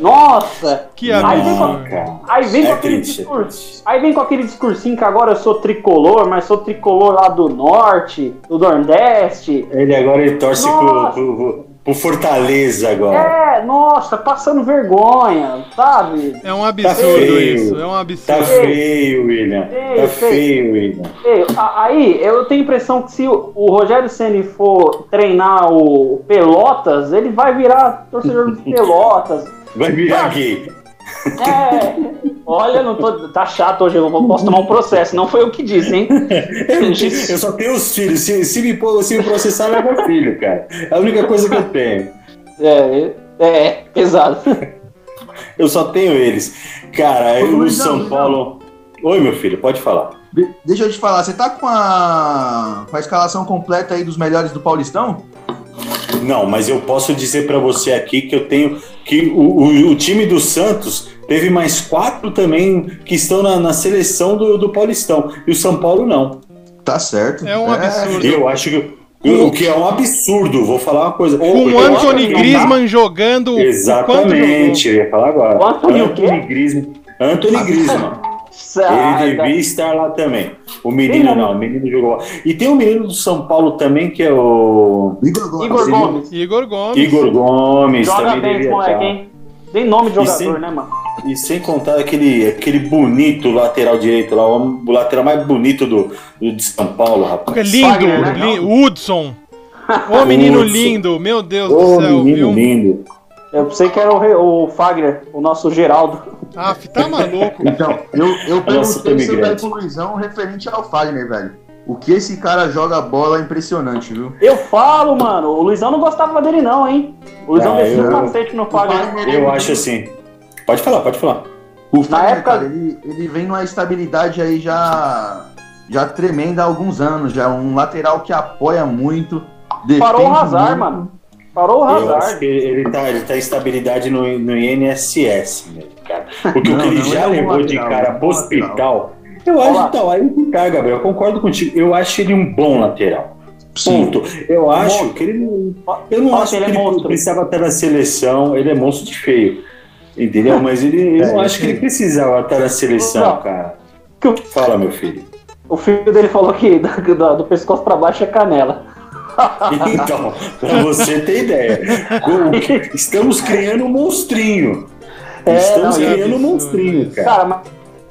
Nossa!
Que
Aí vem com-
absurdo.
Cara,
Aí vem com
é
aquele
triste, é
discurso.
triste.
Aí vem com aquele discursinho que agora eu sou tricolor, mas sou tricolor lá do norte, do nordeste.
Ele agora ele torce pro,
Nossa.
pro, pro Fortaleza agora.
É, nossa, passando vergonha, sabe?
É um
Tá
absurdo
feio.
isso. É um absurdo.
Tá feio, William.
Ei,
Tá
ei.
feio, William.
Ei, a- Aí eu tenho a impressão que se o o Rogério Ceni for treinar o Pelotas, ele vai virar torcedor
<laughs>
do Pelotas.
Vai
Ah.
virar gay.
É, olha, não tô, tá chato hoje, eu vou- posso tomar um processo. Não foi eu que disse, hein?
Eu só tenho os filhos. Se, se, me, pô- se me processar, leva o filho, cara. É a única coisa que <laughs> eu tenho.
É, é, é pesado.
Eu só tenho eles. Cara,
Ô,
eu, o
Luizão,
São
Luizão.
Paulo. Oi, meu filho, pode falar.
De-
Deixa eu te falar, você tá com a, com a escalação completa aí dos melhores do Paulistão?
Não, mas eu posso dizer pra você aqui que eu tenho. que o, o- o time do Santos teve mais quatro também que estão na, na seleção do, do Paulistão. E o São Paulo não.
Tá certo.
É um absurdo.
Eu acho que. O que é um absurdo, vou falar uma coisa.
Com
Eu
o
acho
Anthony
que não dá-
Griezmann jogando. o quanto jogou.
Exatamente, eu ia falar agora.
O Anthony o quê? Ah, tá,
Griezmann. Anthony Griezmann. Ele devia estar lá também. O menino
Sim,
não, o menino jogou. E tem um menino do São Paulo também que é o
Igor Gomes.
Igor Gomes.
Igor Gomes.
Igor Gomes.
Joga
também
bem esse
devia
moleque,
estar.
hein? Tem nome de
E
jogador,
sim.
né, mano?
E sem contar aquele, aquele bonito lateral direito lá, o lateral mais bonito do, do de São Paulo,
Que
rapaz.
É Lindo.
Wagner, né?
li- Hudson. Ô menino
Hudson.
lindo. Meu Deus
Ô,
do céu.
menino
Viu?
lindo.
É, Eu pensei que era o, Re- o Fagner, o nosso Geraldo.
Aff, tá maluco.
Então, eu, eu
Nossa,
perguntei isso daí
imigrante.
pro Luizão referente ao Fagner, velho. O que esse cara joga bola é impressionante, viu?
Eu falo, mano, o Luizão não gostava dele, não, hein? O Luizão
Ah,
desceu
eu-
o cacete no Fagner.
Eu acho assim. Pode falar, pode falar.
O Fagner,
época-
cara, ele, ele vem numa estabilidade aí já, já tremenda há alguns anos, já um lateral que apoia muito, defende
Parou o Hazard,
muito.
mano. Parou o
Eu acho
Hazard.
que ele tá, ele tá em estabilidade no, no INSS, mesmo, cara. Porque o
Não,
que ele
não,
já
é um
levou de
lateral, é
cara
um
pro
lateral.
hospital. Eu
Olha
acho,
lá.
então, aí que tá, Gabriel, eu concordo contigo. Eu acho ele um bom lateral. Ponto. Eu acho que ele não. Eu não
Fala
acho
que
que
ele é
ele
monstro.
precisava estar na seleção. Ele é monstro de feio. Entendeu? Mas ele, eu
É,
não acho que
ele-
ele precisava estar na seleção,
Não.
cara.
Que o-
Fala, meu filho.
O filho dele falou que <laughs> do, do- do pescoço pra baixo é canela.
Então, pra você ter ideia, como- estamos criando um monstrinho.
É,
estamos
não, e é
criando um
absurdo
monstrinho,
isso.
cara.
Cara, mas,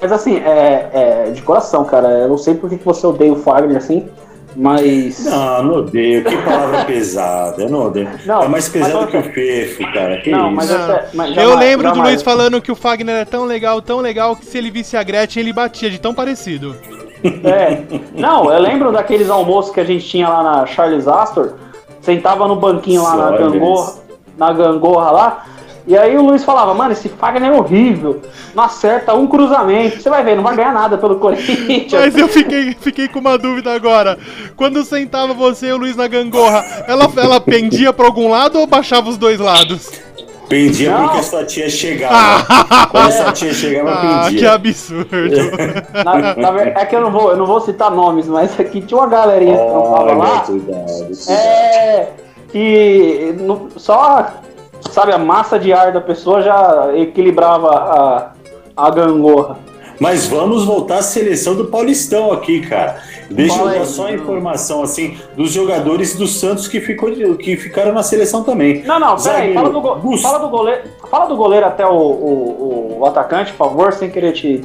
mas assim, é, é, de coração, cara, eu não sei por que que você odeia o Fagner assim, mas.
Não, não odeio. Que palavra pesada. Eu não odeio.
Não,
é mais pesado
mas-
que o fefo, cara. Que
Não,
isso?
mas,
Não.
essa- é- mas
Eu
<laughs> jamais-
lembro do
jamais.
Luiz falando que o Fagner é tão legal, tão legal, que se ele visse a Gretchen, ele batia de tão parecido.
É. Não, eu lembro daqueles almoços que a gente tinha lá na Charles Astor. Sentava no banquinho lá na
Senhora,
gangorra, na gangorra lá. E aí o Luiz falava, mano, esse Fagner é horrível. Não acerta um cruzamento. Você vai ver, não vai ganhar nada pelo Corinthians.
Mas eu fiquei, fiquei com uma dúvida agora. Quando sentava você e o Luiz na gangorra, ela, ela pendia pra algum lado ou baixava os dois lados?
Pendia
Não.
porque a sua
<laughs>
tia chegava. Quando a sua tia chegava,
Ah, que
pendia.
absurdo.
Na- na ver- é que eu não vou, eu não vou citar nomes, mas aqui tinha uma galerinha que trampava
Olha,
lá.
cuidado. cuidado.
É. Que no- só, sabe, a massa de ar da pessoa já equilibrava a, a gangorra.
Mas vamos voltar à seleção do Paulistão aqui, cara. Deixa eu
Fala aí.
dar só a informação assim dos jogadores do Santos que, ficou, de- que ficaram na seleção também.
Não, não, peraí,
Zagueiro,
fala do, go-
Gus.
fala do goleiro. Fala do goleiro até o, o- o atacante, por favor, sem querer te.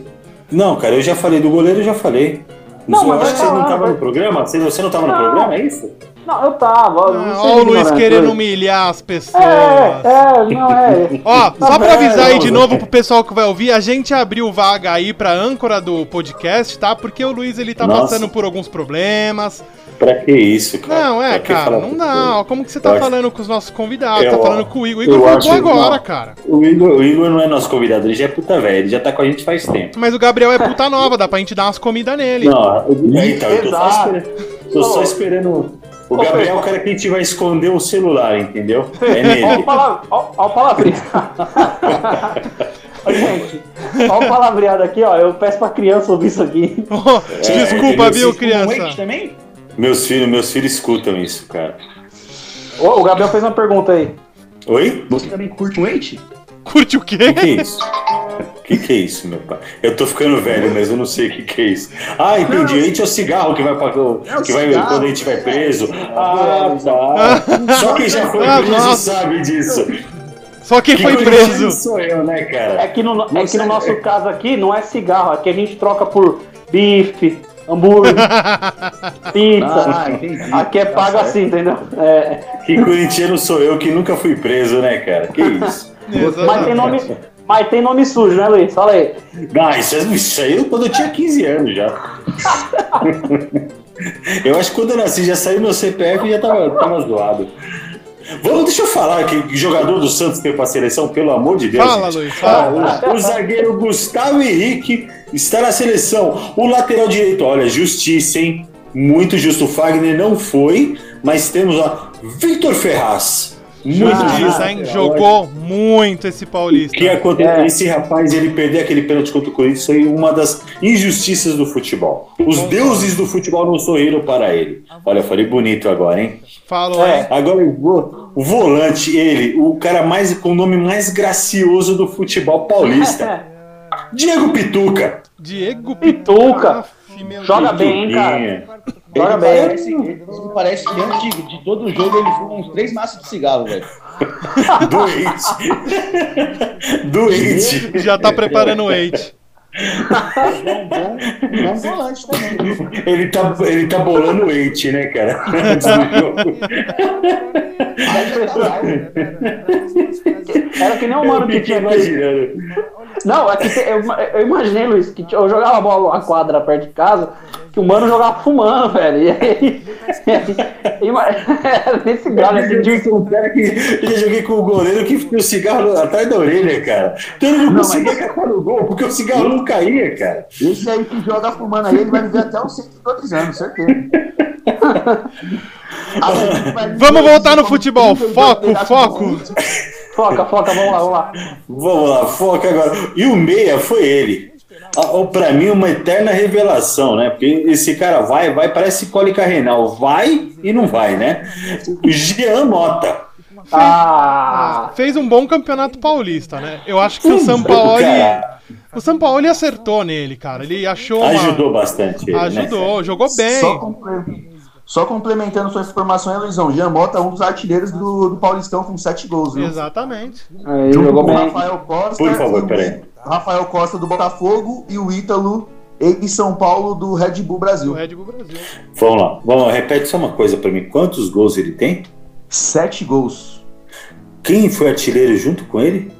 Não, cara, eu já falei do goleiro, eu já falei.
Não,
eu
mas vai
acho que você não
falar,
estava
vai-
no programa. Você, você não estava no
Não.
programa, é isso?
Não, eu tava. eu não sei
Ah, Olha o
de
Luiz
ignorante,
querendo
Luiz.
humilhar as pessoas.
É, é, não é.
Ó, só pra
É,
avisar aí de
não,
novo pro pessoal que vai ouvir, a gente abriu vaga aí pra âncora do podcast, tá? Porque o Luiz ele tá
Nossa.
passando por alguns problemas.
Pra que isso, cara?
Não, é,
Pra que
cara,
falar
não
tudo?
dá. Ó, como que você tá
Eu acho-
falando com os nossos convidados?
Eu
tá
acho-
falando com o Igor. O
eu
Igor voltou
acho-
agora,
não.
cara.
O Igor, o Igor não é nosso convidado, ele já é puta velho, ele já tá com a gente faz tempo.
Mas o Gabriel é puta nova, dá pra gente dar umas comidas nele.
Não, eu- é, então, eu tô só
Exato.
esperando. Tô só
tá. Ô.
esperando. O
Ô,
Gabriel
Pedro.
é o cara que a gente vai esconder o celular, entendeu? É
Olha
<laughs> nele.
o pala- ó- ó o palavreado. <laughs> Ó, Gente, olha o palavreado aqui, ó. Eu peço pra criança ouvir isso aqui. Um
Ó,
É,
Desculpa,
entendeu?
viu,
Vocês
criança?
né? meus filhos, meus filhos escutam isso, cara.
Ô, o Gabriel fez uma pergunta aí.
Oi?
Você também curte um Eight?
Curte o
O
quê? <laughs>
que que é isso? O que que é isso, meu pai? Eu tô ficando velho, mas eu não sei o que que é isso. Ah, entendi. Eite é o cigarro que vai pra,
É
que vai
cigarro.
quando a gente vai preso. Ah,
<laughs>
tá. Só quem já foi
Ah,
preso
nossa.
sabe disso.
Só quem foi
Quem
preso. <laughs>
Sou eu, né, cara?
É que no, é que no nosso caso aqui não é cigarro, aqui a gente troca por bife, hambúrguer,
<laughs>
pizza.
Ah, entendi.
aqui é
Tá
pago
certo.
assim, entendeu? É,
Que corintiano sou eu que nunca fui preso, né, cara? Que
mas,
isso?
tem
Exatamente.
nome, mas tem nome sujo, né, Luiz? Fala aí.
Ah, isso, é- isso aí eu quando eu tinha 15 anos já. eu acho que quando eu nasci já saiu meu CPF e já tava, tava zoado. Vamos, deixa eu falar que jogador do Santos foi pra seleção, pelo amor de Deus.
Fala,
gente.
Luiz,
Ah, o, o zagueiro Gustavo Henrique está na seleção. O lateral direito, olha, justiça, hein? Muito justo. O Fagner não foi, mas temos lá Victor Ferraz. Muito justo.
Justiça, hein? Jogou muito esse
O que
paulista.
aconteceu?
É.
Esse rapaz, ele perder aquele pênalti contra o Corinthians foi uma das injustiças do futebol. Os deuses do futebol não sorriram para ele. Olha, eu falei bonito agora, hein?
Falou,
É.
hein?
Agora o vo- o volante, ele, o cara mais com o nome mais gracioso do futebol paulista. Diego Pituca.
<laughs>
Diego <laughs>
Pituca.
Aff, meu
Joga
Deus.
bem, hein, cara.
Pituquinha.
Joga
Ele
bem.
parece, ele parece que antes de, de todo jogo ele fuma uns três maços de cigarro, velho.
Doente. Doente.
Já tá preparando o eight.
É um bom, um bom volante também.
Ele tá, ele tá bolando o ente, né, cara? Antes do jogo.
É Era que nem o mano
Eu
que
fiquei
tinha aqui.
imaginando.
Não, é que tem- eu, eu imaginei, Luiz, que eu jogava bola na quadra perto de casa, que o mano jogava fumando, velho. E aí. <laughs> E aí ima- <laughs> era nesse grau, nesse dia.
um cara que eu já joguei com o goleiro que ficou o cigarro atrás da orelha, cara. Então ele não, conseguia catar no gol, porque o cigarro não caía, cara.
Esse aí que joga fumando aí, ele vai viver até uns 102
<laughs>
anos, certeza.
Vamos
assim
voltar no futebol. Foco, foco.
Foca, foca, vamos lá, vamos lá.
Vamos lá, foca agora. E o meia foi ele. Ah, oh, Pra mim, uma eterna revelação, né? Porque esse cara vai, vai, parece cólica renal. Vai e não vai, né? Jean Mota.
Ah!
Fez um bom campeonato paulista, né? Eu acho que o Sampaoli.
Cara,
O Sampaoli acertou nele, cara. Ele achou. uma-
Ajudou bastante ele, né?
Ajudou, jogou bem.
Só, comple- só complementando sua informação, hein, Luizão? Jean Mota é um dos artilheiros do, do Paulistão com 7 gols, viu?
Exatamente.
Aí,
Junto
jogou
com o
bem.
Rafael Costa.
Por favor,
e o
peraí.
Rafael Costa do Botafogo e o Ítalo em São Paulo do Red Bull
Do
Brasil.
Red Bull Brasil.
Vamos lá. Vamos lá, repete só uma coisa pra mim. Quantos gols ele tem?
Sete gols.
Quem foi artilheiro junto com ele?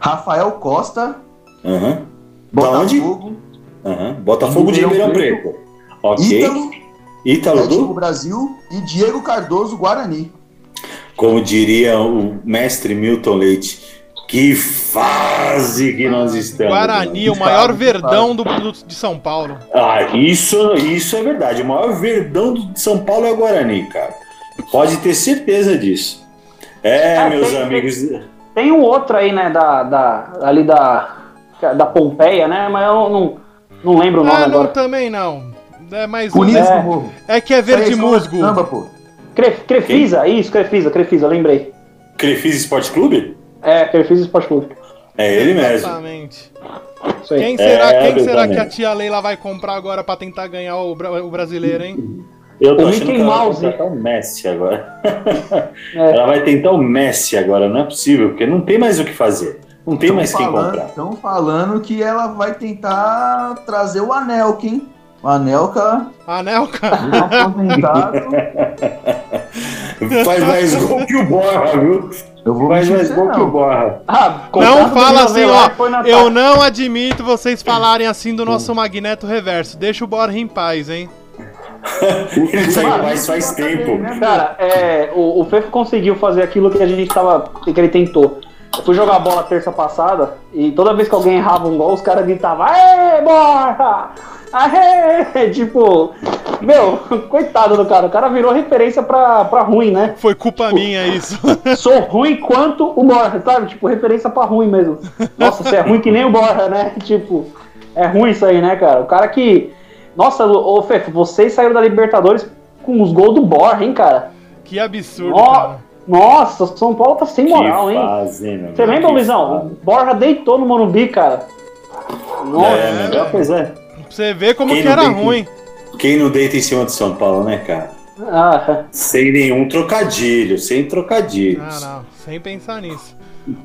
Rafael Costa,
Aham. onde?
Botafogo,
Aham. Botafogo de Ribeirão
Ribeirão
Preto. Ok.
Ítalo,
Ítalo
Red Bull
do,
Brasil e Diego Cardoso Guarani.
como diria o mestre Milton Leite, que fase que nós estamos.
Guarani,
né?
o maior verdão do, do- de São Paulo.
Ah, isso, isso é verdade. O maior verdão do- de São Paulo é o Guarani, cara. Pode ter certeza disso. É,
Ah,
meus
tem-
amigos.
Tem um outro aí, né, da. da ali da. da Pompeia, né? Mas eu não, não lembro o um nome
Ah, não,
agora.
também não. É mais um.
Unidas
É,
do Morro.
é que é verde
Três
musgo.
gols de Samba, pô.
Cre- Crefisa, isso, Crefisa, Crefisa, lembrei.
Crefisa Esporte Clube?
É, Crefisa Esporte Clube.
É ele mesmo.
Exatamente.
Isso aí.
Quem será,
É,
quem será
exatamente.
que a tia Leila vai comprar agora pra tentar ganhar o, bra- o brasileiro,
<laughs>
hein?
Eu tô
O
achando
Mickey
que ela vai
Mouse.
contratar o Messi agora.
É.
<laughs> Ela vai tentar o Messi agora, não é possível, porque não tem mais o que fazer. Não tem mais quem comprar.
Estão falando que ela vai tentar trazer o
Ah,
Anelka, um hein? O Anelka
Anelka.
aposentado.
Faz mais gol que o Borra, viu?
<laughs> Eu vou mentir
Faz
pra
é
mais
você,
gol que o
não.
Borra.
Ah,
Não
contrato do
fala
Mil
assim,
Avelar e põe
ó.
na
Eu
taça.
não admito vocês falarem assim do nosso Magneto Reverso. Deixa o Borra em paz, hein?
Ele saiu
Mano,
mais faz tempo.
Cara, é, o, o Fefo conseguiu fazer aquilo que a gente tava. que ele tentou. Eu fui jogar bola terça passada e toda vez que alguém errava um gol, os caras gritavam, aê, bora! Aê! <laughs> Tipo, meu, <laughs> coitado do cara, o cara virou referência pra, pra ruim, né?
Foi culpa minha
<laughs>
isso.
Sou ruim quanto o Borja, sabe? Tipo, referência pra ruim mesmo. Nossa, você é ruim que nem o Borja, né? <laughs> Tipo, é ruim isso aí, né, cara? O cara que. Nossa, ô Fefo, vocês saíram da Libertadores com os gols do Borja, hein, cara?
Que absurdo,
Ó.
cara.
Nossa, o São Paulo tá sem moral,
que
hein?
fase, né,
Você
meu?
lembra,
Que
Luizão? O
fase.
Borja deitou no Morumbi, cara. Nossa,
É, né?
velho.
Pois é.
Pra você ver como
Quem
que
não
era
tem que-
ruim.
Quem não deita em cima de São Paulo, né, cara?
ah,
Sem nenhum trocadilho, sem
Ah,
trocadilhos.
não, sem pensar nisso.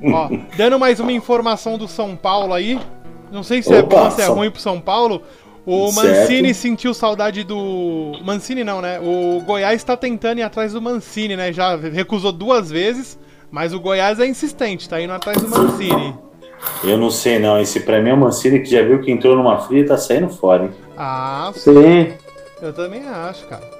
Ó, dando mais uma informação do São Paulo aí. Não sei se é
Opa,
bom ou se é
São-
ruim pro São Paulo. O
Certo.
Mancini sentiu saudade do. Mancini não, né? O Goiás tá tentando ir atrás do Mancini, né? Já recusou duas vezes, mas o Goiás é insistente, tá indo atrás do Mancini.
Eu não sei, não. Esse pra mim é o Mancini que já viu que entrou numa fria e tá saindo fora, hein?
Ah,
sim.
eu também acho, cara.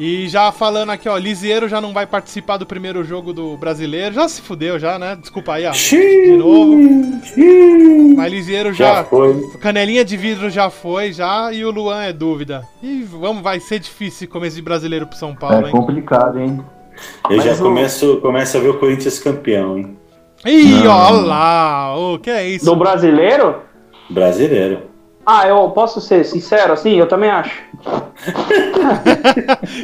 E já falando aqui, ó, Lisieiro já não vai participar do primeiro jogo do brasileiro. Já se fudeu, já, né? Desculpa
Ah,
aí, ó. De novo. Mas Lisieiro
Já
já
foi.
Canelinha de vidro já foi, já, e o Luan é dúvida. E vamos, vai ser difícil esse começo de brasileiro pro São Paulo,
É
hein?
complicado, hein?
Eu
Mas
um.
já
o-
começo, começo a ver o Corinthians campeão, hein?
Ih,
Não.
ó lá! Ô, que é isso?
Do brasileiro?
Brasileiro.
Ah, eu posso ser sincero, assim? Eu também acho.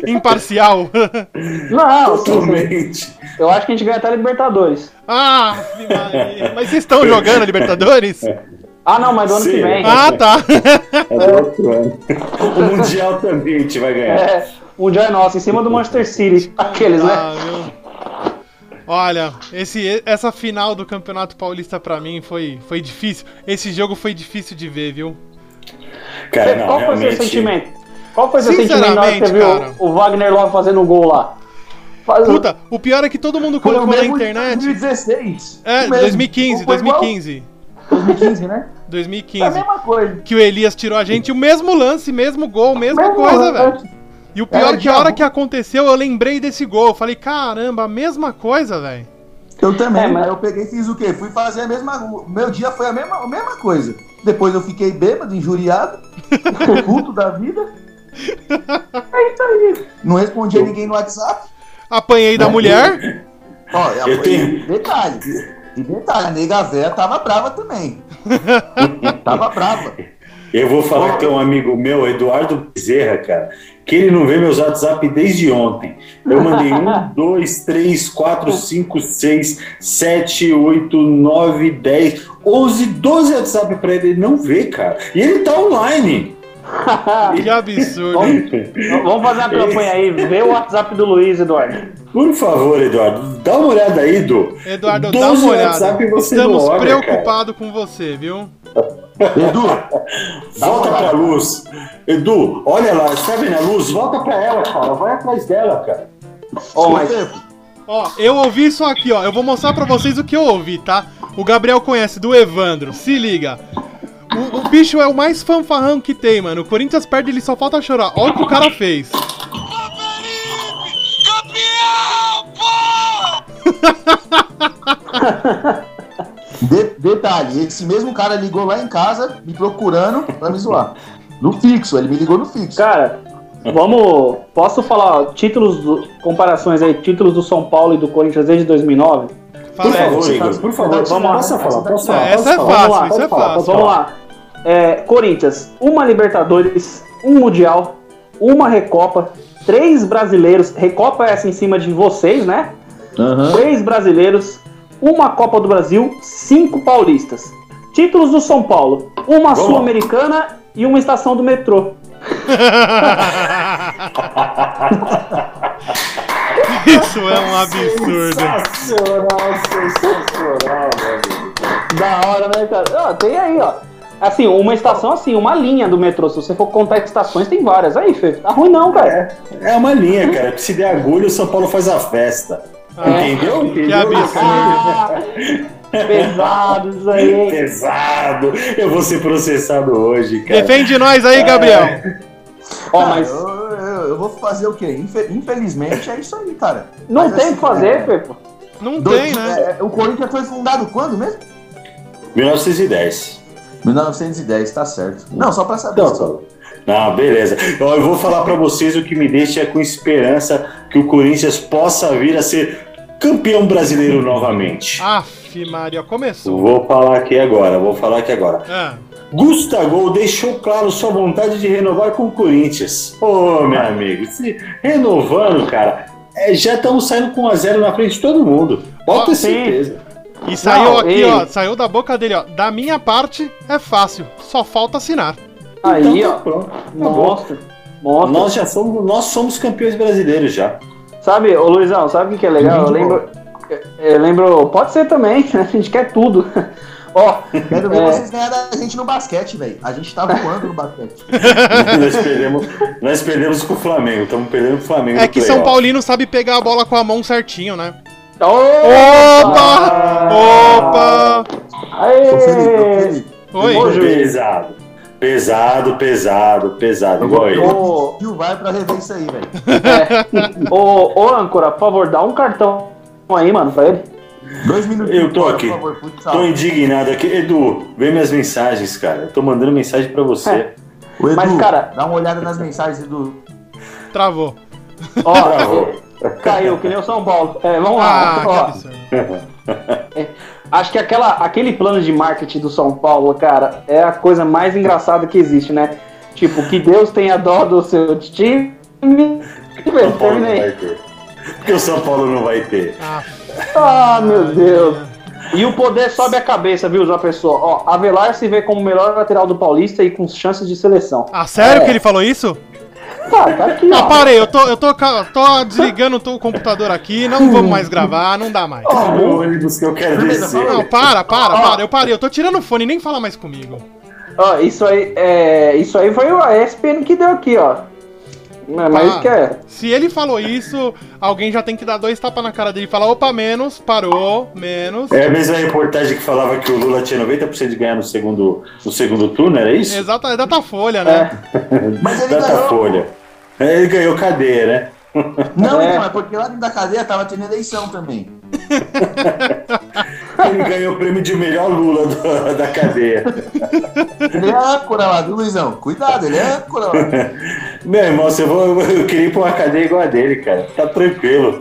Imparcial! <laughs>
Não,
Totalmente.
eu acho que a gente ganha até a Libertadores.
ah, que Maria. Mas vocês estão jogando
<laughs>
a Libertadores?
Ah, não, mas do ano
Sim.
que vem.
Ah, tá!
É do outro ano. O Mundial também a gente vai ganhar.
É, o Joy nosso, em cima do Manchester
<laughs>
City. Aqueles,
é.
né?
Ah, viu? Olha, esse, essa final do Campeonato Paulista pra mim foi, foi difícil. Esse jogo foi difícil de ver, viu? É,
Cara, não,
Qual foi o seu
realmente.
sentimento? Qual foi o seu sentimento na hora que você
Sinceramente,
viu o Wagner Love fazendo um gol lá? Faz-
Puta, o pior é que todo mundo
Foi o
colocou na
mesmo de
internet.
2016.
É,
O mesmo.
2015,
Foi igual
2015.
2015, né? É a
2015.
mesma coisa.
Que o Elias tirou a gente, o mesmo lance, mesmo gol, mesma
Mesmo
coisa,
lance.
velho. E o pior
Cara,
é que a hora
diabo.
que aconteceu, eu lembrei desse gol. Eu falei, caramba, a mesma coisa, velho.
Eu também,
É, mas-
mas eu peguei e fiz o quê? Fui fazer a mesma. o Meu dia foi a mesma, a mesma coisa. Depois eu fiquei bêbado,
<laughs>
injuriado, oculto da vida. É isso
É
aí. Não respondia ninguém no WhatsApp.
Apanhei da mulher.
Ó, é, e a-
Eu tenho-
e detalhe. E detalhe, a nega véia tava brava
<laughs>
também. tava brava.
Eu vou falar que tem um amigo meu, Eduardo Bezerra, cara, que ele não vê meus WhatsApp desde ontem. Eu
<laughs>
mandei um, dois, três, quatro, cinco, seis, sete, oito, nove, dez, onze, 12 WhatsApp pra ele, ele não vê, cara. E ele tá online.
Que absurdo.
<laughs> Vamos fazer uma campanha aí. Vê o WhatsApp do Luiz, Eduardo.
Por favor, Eduardo, dá uma olhada aí, Edu.
Eduardo, dá uma
12
olhada.
WhatsApp e você não
Estamos
olha,
preocupados com você, viu?
Edu,
Volta pra luz. Edu, olha lá, está vendo a luz? Volta pra ela, cara. Vai atrás dela, cara.
Ó,
ô,
mas-
Fefo,
Ó, eu ouvi isso aqui, ó. Eu vou mostrar pra vocês o que eu ouvi, tá? O Gabriel conhece do Evandro. Se liga. O, o bicho é o mais fanfarrão que tem, mano. O Corinthians perde, ele só falta chorar. Olha o que o cara fez.
de- detalhe, esse mesmo cara ligou lá em casa me procurando pra me zoar. No fixo, ele me ligou no fixo.
Cara, vamos. Posso falar ó, títulos, do- comparações aí, títulos do São Paulo e do Corinthians desde 2009?
Por
Fala,
favor,
Sim.
Igor, por favor.
Vamos lá.
Posso falar, posso falar.
Essa
posso
é fácil,
falar. Vamos lá,
isso
pode
é
falar,
fácil.
pode
Então, Vamos
falar.
lá. É, Corinthians, uma Libertadores, um Mundial, uma Recopa, três brasileiros. Recopa é essa em cima de vocês, né? Três brasileiros, uma Copa do Brasil, cinco paulistas. Títulos do São Paulo, uma
Vamos lá.
Sul-Americana e uma estação do metrô.
<laughs> Isso é um absurdo.
Sensacional, sensacional, meu amigo.
Da hora, né, cara? Ó, tem aí, ó. Assim, uma estação assim, uma linha do metrô. Se você for contar estações, tem várias. Aí, Fê, tá ruim não, cara.
É uma linha, cara. Se der agulha, o São Paulo faz a festa.
Ah,
Entendeu?
Que
Entendeu?
absurdo.
<laughs> Ah, pesado isso aí. hein?
Pesado. Eu vou ser processado hoje, cara.
Defende nós aí, Gabriel.
Ó,
Cara,
mas
eu, eu- eu vou fazer o quê? Infe- Infelizmente é isso aí, cara.
não
mas
tem o
assim,
que fazer,
é,
Fê. pô.
Não
Dois-
tem, né?
é, é, o Corinthians foi fundado quando mesmo?
1910.
1910, tá certo. Não, só pra saber.
Então,
só.
Paulo. Ah, beleza. Ó, Eu vou falar pra vocês o que me deixa com esperança que o Corinthians possa vir a ser campeão brasileiro
é?
novamente.
Ah. Aff, Maria, começou.
Vou falar aqui agora, vou falar aqui agora.
Ah,
Gustavo deixou claro sua vontade de renovar com o Corinthians. Ô, meu amigo, se renovando, cara, é, já estamos saindo com 1 a 0 na frente de todo mundo. Pode ter
sim.
certeza.
e saiu
Não,
aqui,
ei.
ó. Saiu da boca dele, ó. Da minha parte, é fácil. Só falta assinar.
Aí,
Então tá
ó.
pronto. Acabou.
Monstro. Monstro.
Nós já somos, nós somos campeões brasileiros já.
Sabe, ô Luizão, sabe o que, que é legal? Eu
Muito
lembro. Eu lembro. Pode ser também, <laughs> a gente quer tudo. Ó,
Quero ver
É.
vocês ganharem a gente no basquete, velho. A gente tá voando no
<laughs>
basquete.
nós, perdemos, nós perdemos com o Flamengo, estamos perdendo com o Flamengo.
É
no
que São
playoff.
Paulino sabe pegar a bola com a mão certinho, né?
opa!
Opa! Opa!
ah, Aê!
Tô feliz, tô feliz.
Oi.
Ô, juiz.
Pesado. Pesado, pesado, pesado. Igual ele.
Ô,
E o vai pra rever isso aí, velho.
é. ô, ô, âncora, por favor, dá um cartão aí, mano, pra ele.
Dois minutos.
Eu tô aqui.
Por favor, futsal.
Tô indignado aqui. Edu, vê minhas mensagens, cara. Eu tô mandando mensagem pra você.
O Edu,
Mas, cara-
dá uma olhada nas mensagens do.
Travou.
Ó,
Travou.
caiu, que nem o São Paulo. É, vamos
Ah,
lá.
que
ó.
absurdo.
Acho que aquela, aquele plano de marketing do São Paulo, cara, é a coisa mais engraçada que existe, né? Tipo, que Deus tenha dó do seu time.
São Paulo não
Terminei.
vai ter. Porque o São Paulo não vai ter.
Ah,
Ah, meu Deus. E o poder sobe a cabeça, viu, João Pessoa? Ó, Avelar se vê como o melhor lateral do Paulista e com chances de seleção.
ah, sério
É.
que ele falou isso?
Tá, tá aqui,
Ah,
ó.
parei, eu tô, eu tô, ca- tô desligando o computador aqui, não vamos mais gravar, não dá mais.
Ah, meu ônibus que eu quero descer.
Não, para, para, para, eu parei, eu tô tirando o fone, nem fala mais comigo.
Ó, isso aí, é, isso aí foi a ESPN que deu aqui, ó. Mas
Ah.
isso que é.
Se ele falou isso, alguém já tem que dar dois tapas na cara dele e falar, opa, menos, parou, menos.
É a mesma reportagem que falava que o Lula tinha 90% de ganhar no segundo, no segundo turno, era isso?
Exato, é Datafolha, né?
Mas ele ganhou.
Datafolha. É, Ele ganhou cadeia, né?
Não,
É.
então, é porque lá dentro da cadeia tava tendo eleição também.
Ele ganhou o prêmio de melhor Lula do- <laughs> da cadeia.
Ele é âncora lá, viu, Luizão? Cuidado, ele é âncora lá.
Meu irmão, se eu, vou, eu queria ir pra uma cadeia igual a dele, cara. Tá tranquilo.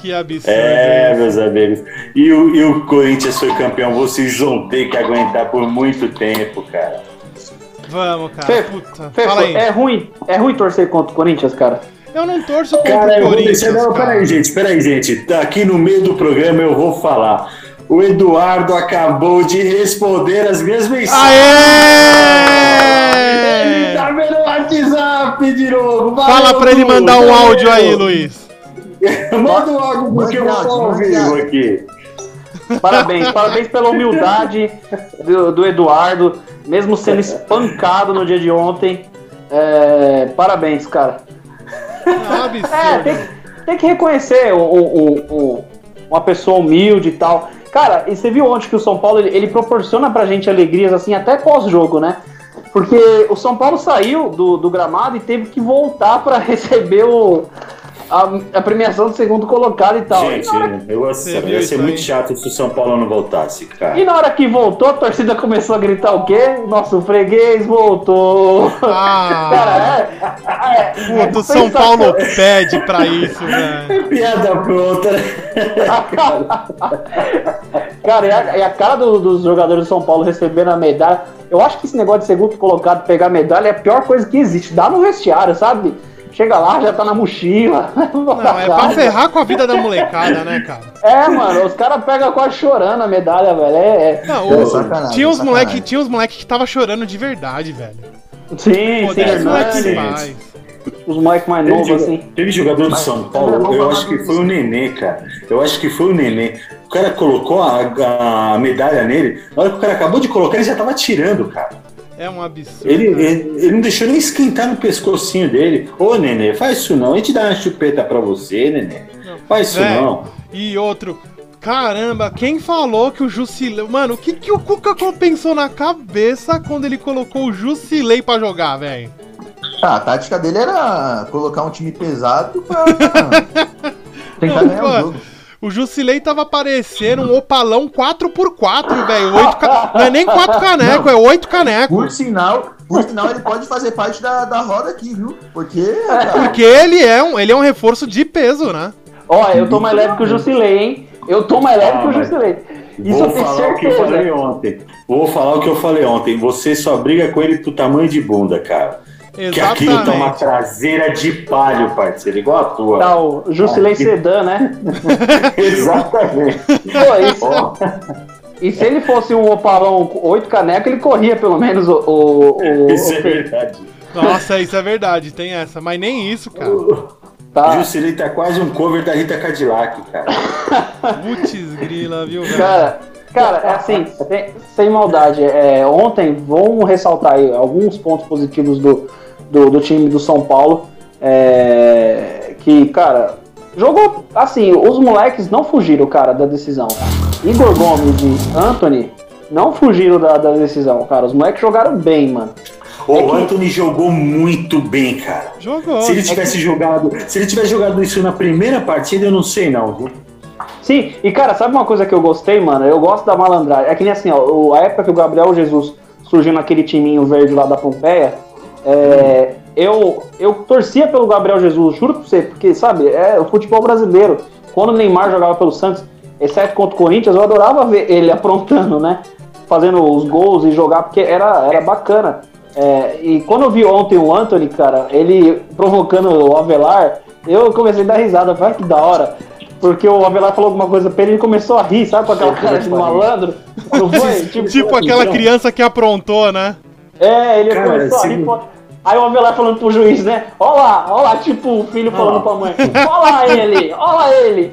Que absurdo.
É, meus amigos. E o, e o Corinthians foi campeão. Vocês vão ter que aguentar por muito tempo, cara.
Vamos, cara.
Fefo,
Puta,
Fê,
fala aí.
é ruim, é ruim torcer contra o Corinthians, cara.
Eu não torço contra
Cara,
o
eu vou
Corinthians.
deixar. Não,
cara.
peraí, gente, peraí, gente. Tá aqui no meio do programa eu vou falar. O Eduardo acabou de responder as minhas mensagens. Ele
Aê!
tá vendo o WhatsApp de novo. Valeu,
Fala pra ele
Lu.
mandar um
Valeu.
áudio aí, Luiz.
Manda um áudio porque eu vou
Manda
estar
áudio,
ao
manda
vivo
áudio.
aqui.
<laughs> Parabéns, parabéns pela humildade do, do Eduardo, mesmo sendo espancado no dia de ontem. É, parabéns, cara.
Ah,
É, tem,
absurdo.
que- tem que reconhecer o, o- o- o- uma pessoa humilde e tal. Cara, e você viu ontem que o São Paulo ele, ele proporciona pra gente alegrias assim até pós-jogo, né? Porque o São Paulo saiu do, do gramado e teve que voltar pra <laughs> receber o, a, a premiação do segundo colocado e tal.
Gente, eu gosto
Você
de saber.
viu
Ia
isso
ser muito
aí?
chato se o São Paulo não voltasse, cara.
E na hora que voltou, a torcida começou a gritar o quê? Nosso freguês voltou.
Ah,
Cara, é. é, é
puta, o São Paulo pede pra isso, velho.
Piada pronta, né?
<laughs> Cara, e a, e a cara do- dos jogadores do São Paulo recebendo a medalha. Eu acho que esse negócio de segundo colocado pegar medalha é a pior coisa que existe. Dá no vestiário, sabe? Chega lá, já tá na mochila. <laughs>
Não, é pra ferrar com a vida da molecada, né, cara?
É, mano, os caras pegam quase chorando a medalha, velho. É, é.
Não, tá
É
o-
sacanagem,
tinha uns
sacanagem.
moleque, tinha uns moleque que tava chorando de verdade, velho.
Sim,
Pô,
sim,
deixa os moleques
Hernandes,
Sim.
mais.
os moleques mais novos,
joga-
assim.
teve jogador do São Paulo,
vamos
eu
falar
acho que
do-
foi o Nenê, cara. Eu acho que foi o Nenê. O cara colocou a, a medalha nele, na hora que o cara acabou de colocar, ele já tava tirando, cara.
É um absurdo.
Ele, ele, ele não deixou nem esquentar no pescocinho dele. Ô, Nenê, faz isso não. A gente dá uma chupeta pra você, Nenê. Faz isso
Velho.
não.
E outro. Caramba, quem falou que o Jusilei. Mano, o que, que o Cuca compensou na cabeça quando ele colocou o Jusilei pra jogar, velho?
Ah, a tática dele era colocar um time pesado
<laughs>
pra tentar ganhar o jogo.
O Jusilei tava parecendo um opalão 4x4, velho. Oito ca- Não é nem 4 caneco, é 8 caneco.
Por sinal, por sinal, ele pode fazer parte da, da roda aqui, viu? Porque. cara,
Porque ele é, um, ele é um reforço de peso, né?
Ó, eu tô mais leve que o Jusilei, hein? Eu tô mais leve
Ah,
que o
mas-
Jusilei. Isso
Vou
eu tenho
falar o que eu
certeza.
falei ontem. Vou falar o que eu falei ontem. Você só briga com ele pro tamanho de bunda, cara. Que aquilo tá uma
Exatamente.
traseira de palho, parceiro, igual a tua.
Tá, o Jusilei
Ah, que-
Sedan, né?
<laughs> Exatamente.
Pô, isso,
Ó,
<laughs> E se ele fosse um opalão com oito canecas, ele corria pelo menos o. o, o-
isso é
o-
verdade.
Nossa, isso é verdade, tem essa. Mas nem isso, cara.
tá.
Juscelino tá quase um cover da Rita Cadillac, cara.
Putz grila, viu, velho?
Cara, cara, é assim, sem, sem maldade. é, ontem, vamos ressaltar aí alguns pontos positivos do, do, do time do São Paulo. é, que, cara, jogou. Assim, os moleques não fugiram, cara, da decisão. Igor Gomes e Anthony não fugiram da, da decisão, cara. Os moleques jogaram bem, mano. É
O Anthony jogou muito bem, cara.
Jogou.
Se ele
é
tivesse jogado, se ele tivesse jogado isso na primeira partida, eu não sei não. viu?
Sim, e cara, sabe uma coisa que eu gostei, mano? Eu gosto da malandragem. É que nem assim, ó, o- a época que o Gabriel Jesus surgiu naquele timinho verde lá da Pompeia, é, eu, eu torcia pelo Gabriel Jesus, juro pra você, porque, sabe, é o futebol brasileiro. Quando o Neymar jogava pelo Santos, exceto contra o Corinthians, eu adorava ver ele <laughs> aprontando, né? Fazendo os gols e jogar, porque era, era bacana. É, e quando eu vi ontem o Anthony, cara, ele provocando o Avelar, eu comecei a dar risada, vai que da hora. Porque o Avelar falou alguma coisa pra ele, ele começou a rir, sabe, com aquela cara de malandro. Não foi? Tipo,
<laughs> Tipo aquela criança que aprontou, né?
é, ele
Cara,
começou a
assim-
rir. pô. Aí o Avelar falando pro juiz, né? Ó lá, ó lá, tipo o filho falando pra mãe. Ó lá ele, ó lá ele.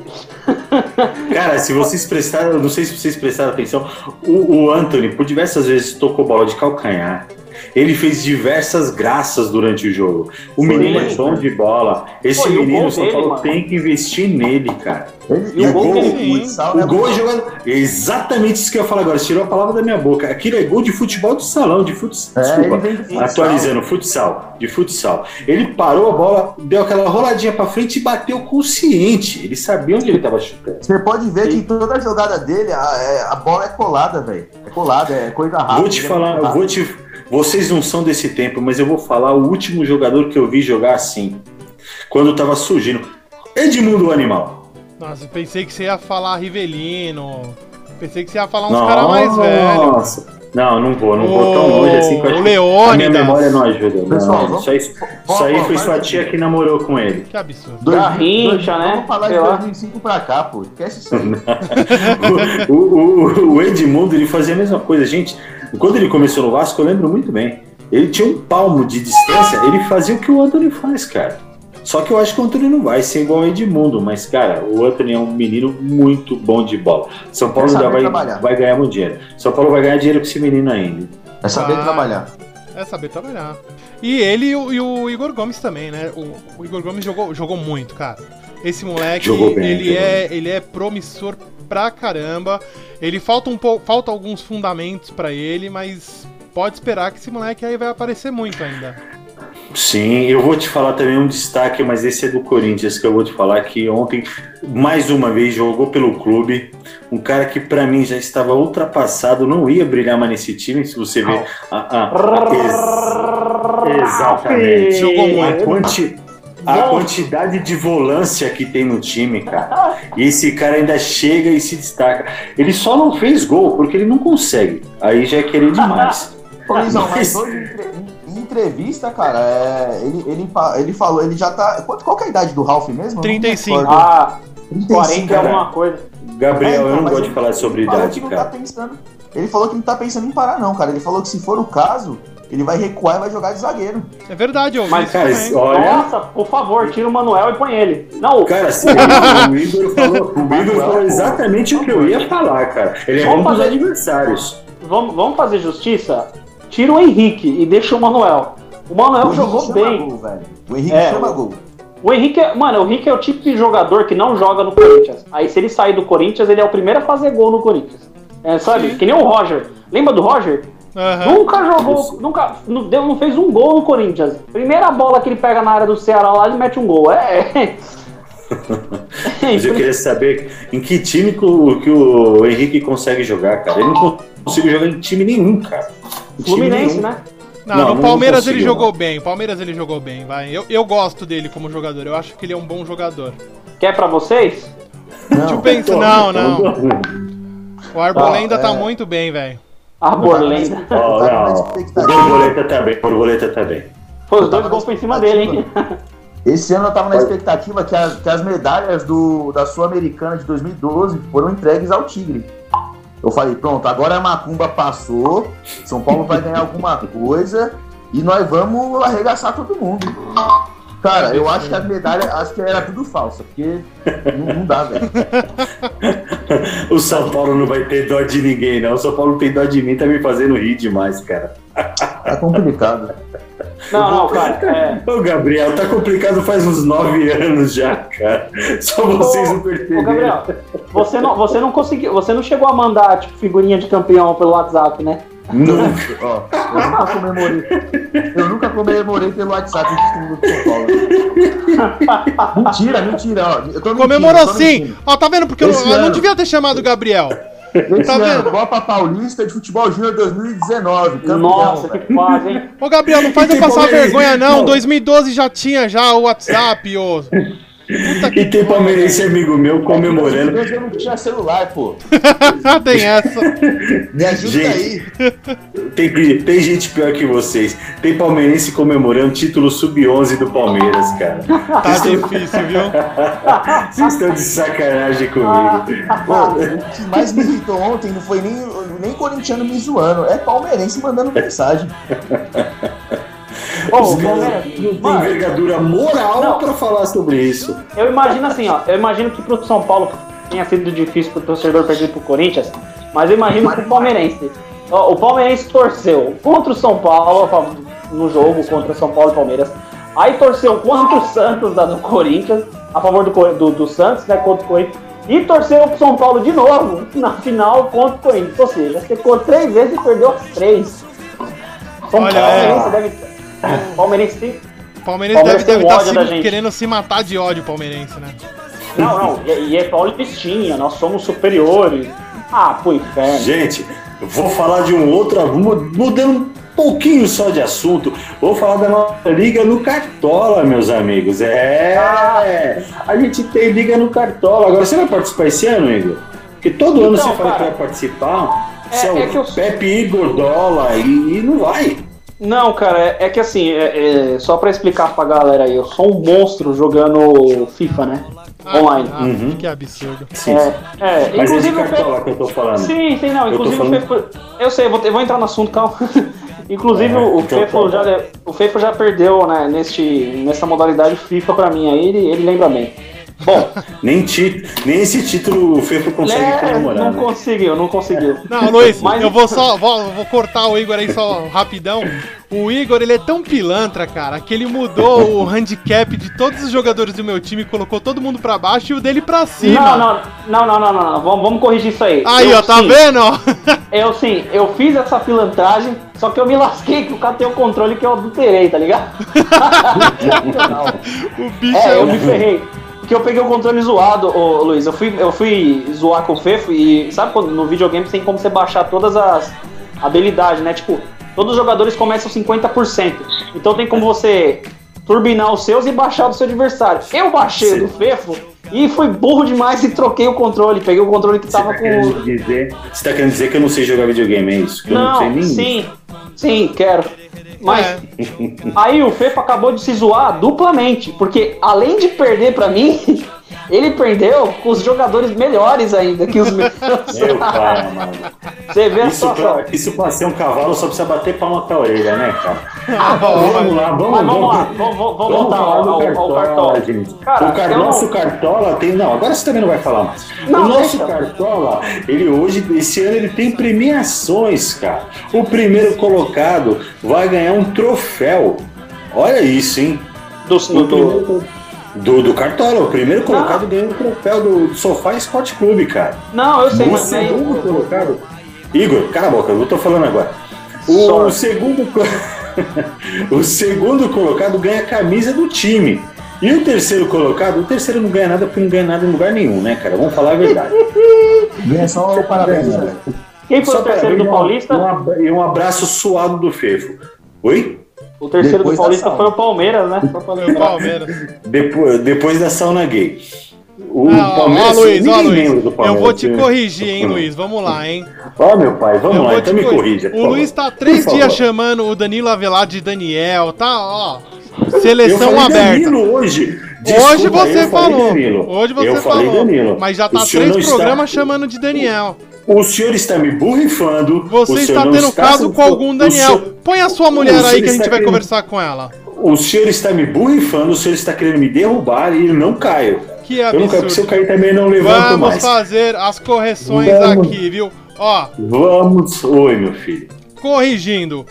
Cara, se vocês prestaram, eu não sei se vocês prestaram atenção, o, o Anthony por diversas vezes tocou bola de calcanhar. Ele fez diversas graças durante o jogo. O menino é bom de bola. Esse
Pô, e né? o
menino,
gol
o São
dele,
Paulo
mano?
tem que investir nele, cara.
ele,
E o
ele
gol,
tem
sim.
muito sal, né?
O gol é jogado. Exatamente isso que eu ia falar agora. Você Tirou a palavra da minha boca. Aquilo é gol de futebol de salão, de futsal.
É, ele
Desculpa.
vem do futsal.
Atualizando, futsal. De futsal. Ele parou a bola, deu aquela roladinha pra frente e bateu consciente. Ele sabia onde ele tava chutando.
Você pode ver
Sim.
que toda jogada dele, a, é- a bola é colada, velho. É colada, é coisa rápida.
vou te
ele é
falar,
rápido.
vou te. Vocês não são desse tempo, mas eu vou falar o último jogador que eu vi jogar assim. Quando tava surgindo. Edmundo o animal.
Nossa, eu pensei que você ia falar Rivelino. Pensei que você ia falar uns É um caras mais velhos.
Não, não vou, não vou tão
O-
longe assim que
O
eu acho que A minha
Leônidas.
memória não ajuda.
Pessoal,
não,
vamos-
isso aí, isso
vamos-
aí foi
vamos-
sua tia que namorou com ele.
Que absurdo.
Dois-
Garrincha, né?
Vamos falar
Sei
de
lá.
2005 pra cá, pô. Esquece isso aí.
O, o- o Edmundo ele fazia a mesma coisa, gente. Quando ele começou no Vasco, eu lembro muito bem. Ele tinha um palmo de distância, ele fazia o que o Anthony faz, cara. Só que eu acho que o Anthony não vai ser igual ao Edmundo, mas, cara, o Anthony é um menino muito bom de bola. São Paulo
Sabe
ainda vai,
trabalhar.
vai ganhar muito dinheiro. São Paulo vai ganhar dinheiro com esse menino ainda.
É saber
Ah.
trabalhar.
É saber trabalhar. E ele e o, e o Igor Gomes também, né? O, o Igor Gomes jogou, jogou muito, cara. Esse moleque,
Jogou bem,
ele,
jogou
é, ele é promissor pra caramba. Ele falta um pouco, falta alguns fundamentos pra ele, mas pode esperar que esse moleque aí vai aparecer muito ainda.
Sim, eu vou te falar também um destaque, mas esse é do Corinthians, que eu vou te falar que ontem, mais uma vez, jogou pelo clube. Um cara que pra mim já estava ultrapassado, não ia brilhar mais nesse time, se você ver. Ah, ah, ex- exatamente.
Jogou muito.
A, quanti- a
Nossa.
quantidade de volância que tem no time, cara. E esse cara ainda chega e se destaca. Ele só não fez gol porque ele não consegue. Aí já é
<laughs>
querer demais.
Ô, Luizão, mas
Mas-
hoje em entre- em entrevista, cara, é, ele, ele, fa- ele falou, ele já tá. Quanto, qual que é a idade do Ralph mesmo?
35.
Eu não me acordo.
Ah,
35,
40 é
cara.
alguma coisa.
Gabriel,
É, então,
eu não
mas
gosto
ele-
de falar sobre
Ele falou
idade,
que não
cara.
tá pensando. Ele falou que não tá pensando em parar, não, cara. Ele falou que se for o caso, Ele vai recuar e vai jogar de zagueiro.
É verdade, eu ouvi
Mas,
isso
cara,
também.
olha.
Nossa, por favor, tira o Manuel e põe ele. Não,
Cara, assim, o Igor falou, o Igor falou exatamente o que eu ia falar, cara. Ele é bom
Vamos
pros
fazer-
adversários.
vamos, vamos fazer justiça? Tira o Henrique e deixa o Manuel. O Manuel
Henrique
é
jogou
chama
bem.
Gol, velho. O Henrique
É,
chama
o-
gol.
O Henrique, é, mano, o Henrique é o tipo de jogador que não joga no Corinthians. Aí se ele sair do Corinthians, ele é o primeiro a fazer gol no Corinthians. É, sabe? Que nem o Roger. Lembra do Roger?
É.
Aham.
Nunca jogou, nunca não, deu- não fez um gol no Corinthians. Primeira bola que ele pega na área do Ceará lá, ele mete um gol.
<laughs>
É. é.
Mas eu queria saber em que time que o, que o Henrique consegue jogar, cara. Ele não consegue jogar em time nenhum, cara. Em time
Fluminense,
nenhum.
né?
Não,
Não,
no
não
Palmeiras ele
consigo,
jogou bem. Palmeiras ele jogou bem, vai. Eu, eu gosto dele como jogador. Eu acho que ele é um bom jogador.
Quer pra vocês?
Deixa eu pensar. Não, não. O Arbolenda
Ah,
Tá,
tá
é.
muito bem, velho.
A né? Borlenda.
Ó,
Tá com
não.
uma
O
expectativa.
borboleta tá bem, o borboleta tá bem.
Foi os dois gols foi em cima dele, hein?
Esse ano eu tava na expectativa que as, que as medalhas do, da Sul-Americana de 2012 foram entregues ao Tigre. Eu falei, pronto, agora a Macumba passou, São Paulo vai ganhar alguma coisa e nós vamos arregaçar todo mundo. Cara, eu acho que as medalhas, acho que era tudo falsa, porque não, não dá, velho.
O São Paulo não vai ter dó de ninguém, não. O São Paulo tem dó de mim, tá me fazendo rir demais, cara.
Tá complicado.
<laughs> Não, não, cara. É,
Ô, Gabriel, tá complicado faz uns nove anos já, cara. Só vocês não
Ô,
perceberam.
Gabriel, você não, você não conseguiu, você não chegou a mandar tipo figurinha de campeão pelo WhatsApp, né?
Nunca.
Ó, eu nunca comemorei. Eu nunca comemorei pelo WhatsApp o título do São Paulo. Mentira, mentira, ó. Eu tô mentindo, eu
Comemorou
tô
sim.
mentindo.
Ó, tá vendo? Porque eu,
Esse
eu não
ano.
devia ter chamado o Gabriel.
Esse
Tá
ano,
vendo?
Copa Paulista de Futebol Júnior 2019. Campeão,
Nossa,
velho.
que fase,
<laughs>
hein?
Ô, Gabriel, não faz
E
eu
tem
é
passar
palmeirense.
vergonha, não.
Não.
2012 já tinha já o WhatsApp, ô. Puta
E tem palmeirense amigo meu comemorando.
Eu não tinha celular, pô.
Ah, tem essa.
Me ajuda
Gente.
aí.
Tem, tem gente pior que vocês. Tem palmeirense comemorando título sub-11 do Palmeiras, cara.
Tá difícil, viu?
Vocês estão de sacanagem comigo.
O que mais me irritou ontem não foi nem, nem corintiano me zoando, é palmeirense mandando mensagem.
Ô,
Os caras
Palmeiras,
não têm
mano,
envergadura moral
Não.
pra falar sobre isso.
eu imagino assim, ó, eu imagino que pro São Paulo tenha sido difícil pro torcedor perder pro Corinthians, mas eu imagino que o palmeirense, ó, o palmeirense torceu contra o São Paulo ó, no jogo contra São Paulo e Palmeiras. Aí torceu contra o Santos da do Corinthians, a favor do, Cor- do, do Santos, né, contra o Corinthians. E torceu pro São Paulo de novo, na final contra o Corinthians. Ou seja, secou três vezes e perdeu as três. São
Olha,
Palmeirense deve. Palmeirense tem-
Palmeirense deve
Palmeiras tem
deve
um
estar
ódio da gente.
querendo se matar de ódio, palmeirense, né?
Não, não, e, e é paulistinha, nós somos superiores. Ah, pro inferno.
Gente, eu vou falar de um outro, mu- mudando um pouquinho só de assunto. Vou falar da nossa liga no Cartola, meus amigos. É, a gente tem liga no Cartola. Agora você vai participar esse ano, Igor? Porque todo ano
Então,
você fala
cara,
que vai participar.
é-
Você é, o
é que eu-
Pepe Igor Dola e, e não vai.
Não, cara, é, é que assim, é- é, só pra explicar pra galera aí, eu sou um monstro jogando FIFA, né?
Ah,
Online.
ah,
Uhum.
Que absurdo.
Sim.
É, é
Mas é de
inclusive o Pepe.
Cartola que eu tô falando.
Sim, sim, não.
Eu tô
Inclusive o
falando-
Fefo. Eu sei, eu vou, eu vou entrar no assunto, calma. <laughs> Inclusive
É,
o,
então
Fefo
tá.
já, le- o Fefo já perdeu né, neste, nessa modalidade FIFA pra mim aí, ele, ele lembra bem. Bom,
Nem, ti- nem esse título o Fefo consegue
né,
comemorar.
não
né?
conseguiu, não conseguiu.
Não, Luiz,
Mas-
eu vou só vou, vou cortar o Igor aí só rapidão. O Igor, ele é tão pilantra, cara, que ele
<laughs>
mudou o handicap de todos os jogadores do meu time, colocou todo mundo pra baixo e o dele pra
Não,
cima.
não, não, não, não, não, não. Vamos, vamos corrigir isso aí.
Aí,
Eu,
ó, tá
sim,
vendo? ó?
Eu sim, eu fiz essa pilantragem, só que eu me lasquei que o cara tem o controle que eu adulterei, tá ligado?
O bicho é,
É, eu
um-
<laughs>
me ferrei. Porque eu peguei o controle zoado, ô, Luiz. Eu fui, eu fui zoar com o Fefo e sabe quando no videogame tem como você baixar todas as habilidades, né? Tipo, todos os jogadores começam 50%. Então tem como você turbinar os seus e baixar do seu adversário. Eu baixei o do Fefo e fui burro demais e troquei o controle. Peguei o controle que
Você tá,
tava com.
querendo dizer, você tá querendo dizer que eu não sei jogar videogame, é isso? Que eu não sei
Não,
nem
sim, sim, quero. Mas
É.
aí o Fefo acabou de se zoar duplamente, porque além de perder pra mim, <laughs> Ele perdeu com os jogadores melhores ainda que os meus.
<laughs> Meu pai, mano.
Você vê a
Isso
situação.
pra, isso pra ser um cavalo só precisa bater palma com a orelha, né, cara? vamos lá, vamos,
Mas vamos lá, vamos, vamos, vamos voltar
falar
ao,
do né,
ao, ao Cartola.
gente.
Cara,
o Car-
eu não-
nosso Cartola tem. Não, agora você também não vai falar mais.
Não,
o nosso
deixa.
Cartola, ele hoje, esse ano, ele tem premiações, cara. O primeiro colocado vai ganhar um troféu. Olha isso, hein?
Do,
O
do, do,
primeiro- do, do Cartola, o primeiro
Ah.
colocado ganhou o troféu do, do Sofá Esporte Clube, cara.
não, eu sei,
O
mas nem.
segundo colocado. Igor, cala a boca, eu tô falando agora. O
Sorry.
segundo, co- <laughs> o segundo colocado ganha a camisa do time. E o terceiro colocado, o terceiro não ganha nada porque não ganha nada em lugar nenhum, né, cara? Vamos falar a verdade.
Ganha só
Então,
o parabéns,
né?
né?
Ganha.
velho.
Quem foi o terceiro
parabéns,
do
um-
Paulista?
um abra- E um abraço suado do Fefo. Oi?
O terceiro do
Depois da
Paulista
sauna.
foi o Palmeiras, né? Foi o Palmeiras.
Meu Palmeiras.
Depois, depois da sauna gay. O
Ah, ó, ó, Luiz, ó,
ninguém
Luiz.
lembra do
Eu
Palmeiras,
vou te
né?
corrigir, hein, Luiz. Vamos lá, hein.
Ó, meu pai, vamos
Eu
lá,
vou
então
te
me
corrigir.
corrija. por
O Luiz
favor.
tá três
Por
dias
favor.
chamando o Danilo Avelar de Daniel, tá? Ó,
Eu
seleção
falei
aberta.
Danilo hoje.
Hoje
Desculpa,
você
eu falei
falou.
Danilo.
Hoje você
eu falei
falou.
Danilo.
Mas já
O
tá
senhor
três
não
programas
está-
chamando de Daniel.
O senhor está me burrifando. o
Você
senhor
está
não
tendo caso
sendo-
com algum
o
Daniel.
senhor-
Põe a sua mulher aí
o senhor
que a gente
está
vai
querendo-
conversar com ela.
O senhor está me burrifando, o senhor está querendo me derrubar e eu não caio.
Que
Eu não caio, porque se eu
absurdo.
cair também eu não levanto
Vamos
mais.
fazer as correções
Vamos.
aqui, viu? Ó,
Vamos. Oi, meu filho.
corrigindo.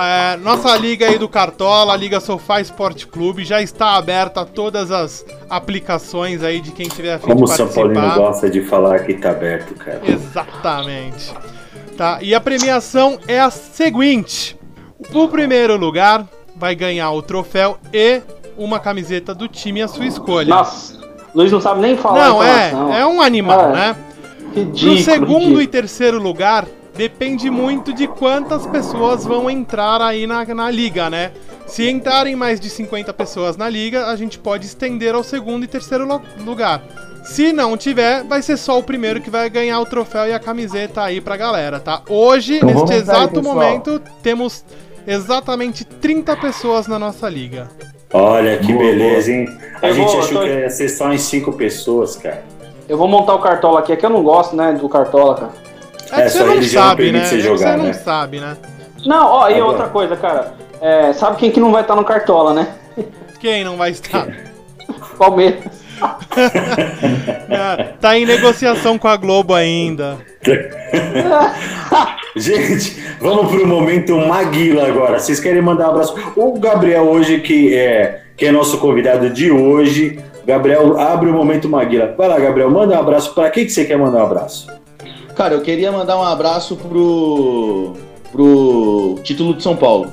É, nossa liga aí do Cartola, a Liga Sofá Esporte Clube, já está aberta a todas as aplicações aí de quem tiver a fim
Como o
de
São
participar.
Paulino gosta de falar que tá aberto, cara.
Exatamente. Tá, e a premiação é a seguinte: o primeiro lugar vai ganhar o troféu e uma camiseta do time à sua escolha.
Nossa, Luiz não sabe nem falar.
Não, é,
informação.
é um
Ah,
animal,
É.
né?
Ridículo,
No segundo
ridículo.
e terceiro lugar, depende muito de quantas pessoas vão entrar aí na, na liga, né? Se entrarem mais de 50 pessoas na liga, a gente pode estender ao segundo e terceiro lo- lugar. Se não tiver, vai ser só o primeiro que vai ganhar o troféu e a camiseta aí pra galera, tá? Hoje,
Então
neste
vamos aí,
exato
pessoal.
momento, temos exatamente 30 pessoas na nossa liga.
Olha que
Boa,
beleza, hein? A
Eu
gente
vou,
achou
eu tô-
que ia ser só em cinco pessoas, cara.
Eu vou montar o Cartola aqui, é que eu não gosto, né, do Cartola, cara.
É,
É,
que você
só
não
religião não
sabe, né?
permite você
É que
jogar,
você não
né?
sabe, né?
Não, ó, e
Agora.
outra coisa, cara. É, sabe quem que não vai estar no Cartola, né?
Quem não vai estar? <laughs>
Palmeiras.
É, tá em negociação com a Globo ainda.
Gente, vamos pro momento Maguila agora. Vocês querem mandar um abraço? O Gabriel hoje, que é, que é nosso convidado de hoje. Gabriel, abre o momento Maguila. Vai lá, Gabriel, manda um abraço. Pra quem que você quer mandar um abraço?
Cara, eu queria mandar um abraço pro. pro título de São Paulo.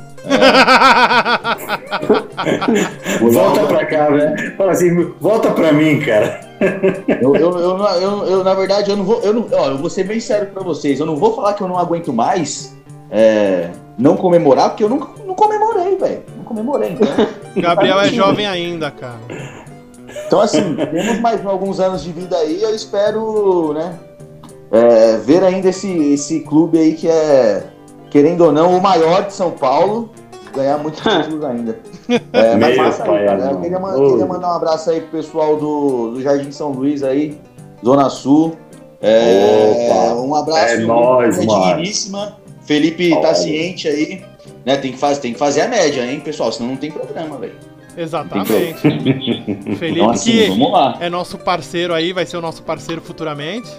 Volta pra cá, velho. Fala assim, volta pra mim, cara.
Eu, eu, eu, eu- eu, na verdade, eu não vou. Eu, não, ó, eu vou ser bem sério pra vocês. Eu não vou falar que eu não aguento mais é, não comemorar, porque eu nunca não comemorei, velho. Não comemorei, então.
Gabriel é jovem ainda, cara.
Então, assim, temos mais alguns anos de vida aí, eu espero, né? é, ver ainda esse, esse clube aí que é, querendo ou não, o maior de São Paulo, ganhar
<laughs>
muitos títulos ainda. É, mas
Meu
passa aí,
pai,
cara.
Arnaldo.
Eu queria, man-
Ô.
queria mandar um abraço aí pro pessoal do, do Jardim São Luís aí, Zona Sul. É,
Opa,
um abraço,
é
um-
nóis,
é
mano.
digníssima. Felipe tá
Olha.
ciente aí. Né, tem, que faz, tem que fazer a média, hein, pessoal? Senão não tem programa, velho.
Exatamente.
Então,
Felipe
assim,
que
vamos lá.
é nosso parceiro aí, vai ser o nosso parceiro futuramente.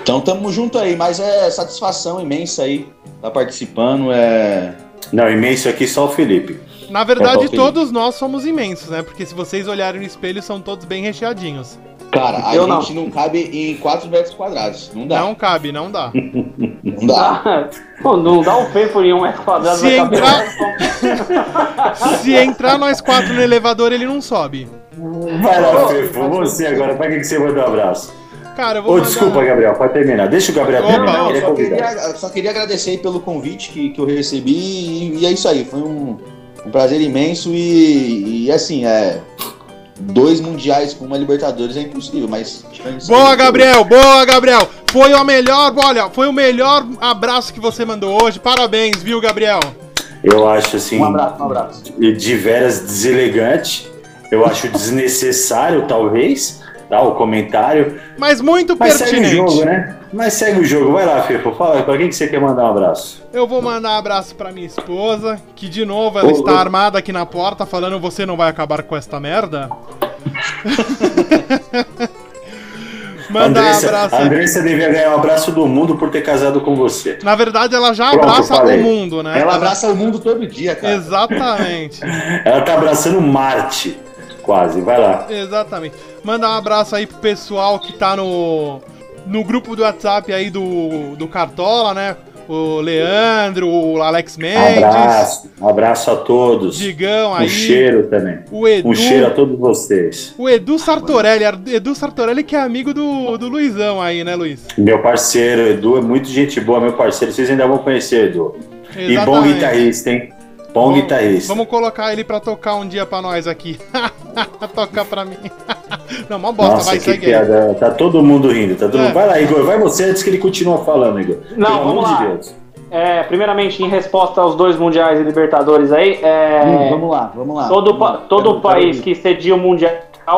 Então tamo junto aí, mas é satisfação imensa aí tá participando, é
Não, imenso aqui só o Felipe.
Na
Qual é
verdade,
o Felipe?
todos nós somos imensos, né? Porque se vocês olharem no espelho, são todos bem recheadinhos.
cara, a
Eu
gente não. cabe em 4 metros quadrados, não dá,
Não cabe, não dá.
não, dá.
<laughs> Pô, não dá um feio por em um metro quadrado.
Se
vai caber
entrar-
mais.
Se entrar nós quatro no elevador, ele não sobe.
Vai lá, Fefo, você agora. Pra quem que você manda um abraço?
Cara, eu vou
Ô,
mandar-
desculpa, Gabriel, pode terminar. Deixa o Gabriel
Opa,
terminar,
não,
ele é
Ah, Só
convidado.
queria, só queria agradecer aí pelo convite que, que eu recebi e, e é isso aí, foi um, um prazer imenso e, e, assim, é dois mundiais com uma Libertadores é impossível, mas
Boa, Gabriel! Boa, Gabriel! Foi o melhor, olha, foi o melhor abraço que você mandou hoje. Parabéns, viu, Gabriel?
Eu acho assim.
Um abraço, um abraço.
de veras deselegante, eu acho desnecessário, talvez, tá, o comentário.
Mas muito
Mas segue o
pertinente.
jogo, né? Mas segue o jogo. Vai lá, Fefo. Fala, pra quem que você quer mandar um abraço?
Eu vou mandar um abraço pra minha esposa, que de novo ela
Ô,
está
ô.
armada aqui na porta falando você não vai acabar com esta merda. <laughs> Mandar um
Andressa,
abraço.
a Andressa devia ganhar um abraço do mundo por ter casado com você.
Na verdade, ela já
Pronto,
abraça
falei.
o mundo, né?
Ela abra-
Abraça o mundo todo dia, cara.
Exatamente.
Ela tá abraçando Marte, quase. Vai lá.
Exatamente. Mandar um abraço aí pro pessoal que tá no, no grupo do WhatsApp aí do, do Cartola, né? O Leandro, o Alex Mendes,
Abraço. Um Abraço a
o
todos.
Digão
Um
aí,
cheiro também.
o Edu.
Um cheiro a todos vocês.
O Edu Sartorelli, Ar- Edu Sartorelli que é amigo do, do Luizão aí, né, Luiz?
Meu parceiro, Edu, é muito gente boa, meu parceiro. Vocês ainda vão conhecer, Edu. E bom
Exatamente.
guitarrista, hein? Bom
Vamos-
guitarrista.
Vamos colocar ele pra tocar um dia pra nós aqui. <laughs> Tocar pra mim. <laughs> Não, mó bosta,
Nossa,
vai,
que
segue aí.
piada. Tá todo mundo rindo. Tá todo...
É.
Vai lá, Igor. Vai você antes que ele continua falando, Igor.
Não, vamos lá.
Deus.
É, primeiramente, em resposta aos dois mundiais e Libertadores aí, é,
Hum, vamos lá, vamos lá.
todo,
Vamos
pa-
lá.
todo
Quero- quero
país
ouvir.
que cedia o mundial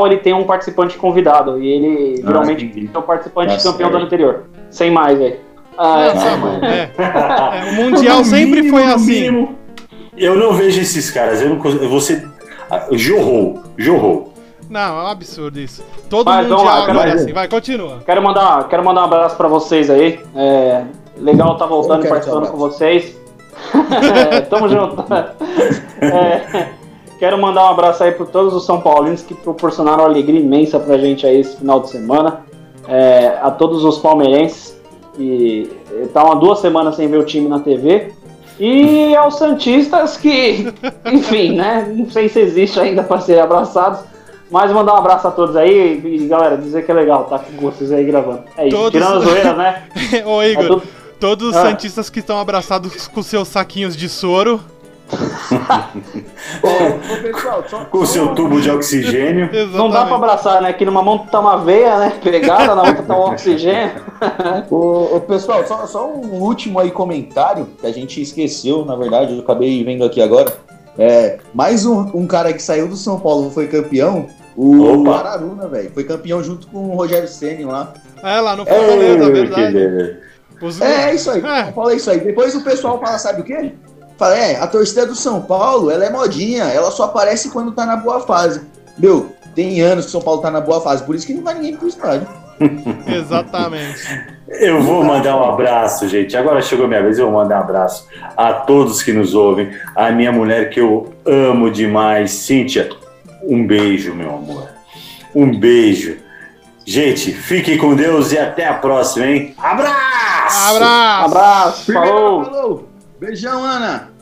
ele tem um participante convidado e ele
Ah,
geralmente
entendi.
é o participante
Tá
campeão do
certo.
ano anterior. Sem mais aí.
É,
Ah,
tá bom,
<laughs>
é. É, o Mundial sempre foi assim.
Eu não vejo esses caras. Eu não consigo. Você. Ah, Jorrou. Jorrou.
Não, é um absurdo isso. Todo
Vai, vamos
Mundial
lá,
agora é
cara.
assim. Vai, continua. <laughs>
Quero mandar, quero mandar um abraço pra vocês aí. É, legal tá voltando e
Eu quero
participando
te
com vocês. <laughs> É, tamo junto. <laughs> É, quero mandar um abraço aí para todos os São Paulinos que proporcionaram uma alegria imensa pra gente aí esse final de semana. É, a todos os palmeirenses que estavam há duas semanas sem ver o time na TV. E aos Santistas que, <laughs> enfim, né? Não sei se existe ainda para serem abraçados. Mas mandar um abraço a todos aí e, galera, dizer que é legal tá com vocês aí gravando. É isso,
Todos.
tirando as zoeiras, né?
Ô,
É
<laughs> Igor,
tudo-
todos os
Ah.
Santistas que estão abraçados com seus saquinhos de soro.
Ô, ô, pessoal, só-
Com seu tubo de oxigênio.
Exatamente.
Não dá pra abraçar, né? Que numa mão tá uma veia, né? Pegada, na outra tá um oxigênio.
Ô, ô, pessoal, só, só um último aí comentário que a gente esqueceu, na verdade, eu acabei vendo aqui agora. É, mais um, um cara que saiu do São Paulo foi campeão, o
Opa.
Araruna, velho. Foi campeão junto com o Rogério Ceni lá.
É, lá no Fortaleza, é
Ei, que
verdade.
beleza.
Os-
É, é isso aí.
É.
Eu falei isso aí. Depois o pessoal fala, sabe o quê? Fala, é, a torcida do São Paulo, ela é modinha, ela só aparece quando tá na boa fase. Meu, tem anos que o São Paulo tá na boa fase, por isso que não vai ninguém pro estádio.
Exatamente.
Eu vou mandar um abraço, gente. Agora chegou minha vez, eu vou mandar um abraço a todos que nos ouvem. A minha mulher que eu amo demais, Cíntia. Um beijo, meu amor. Um beijo. Gente, fiquem com Deus e até a próxima, hein? Abraço!
Abraço!
Abraço, falou!
Falou! Beijão, Ana!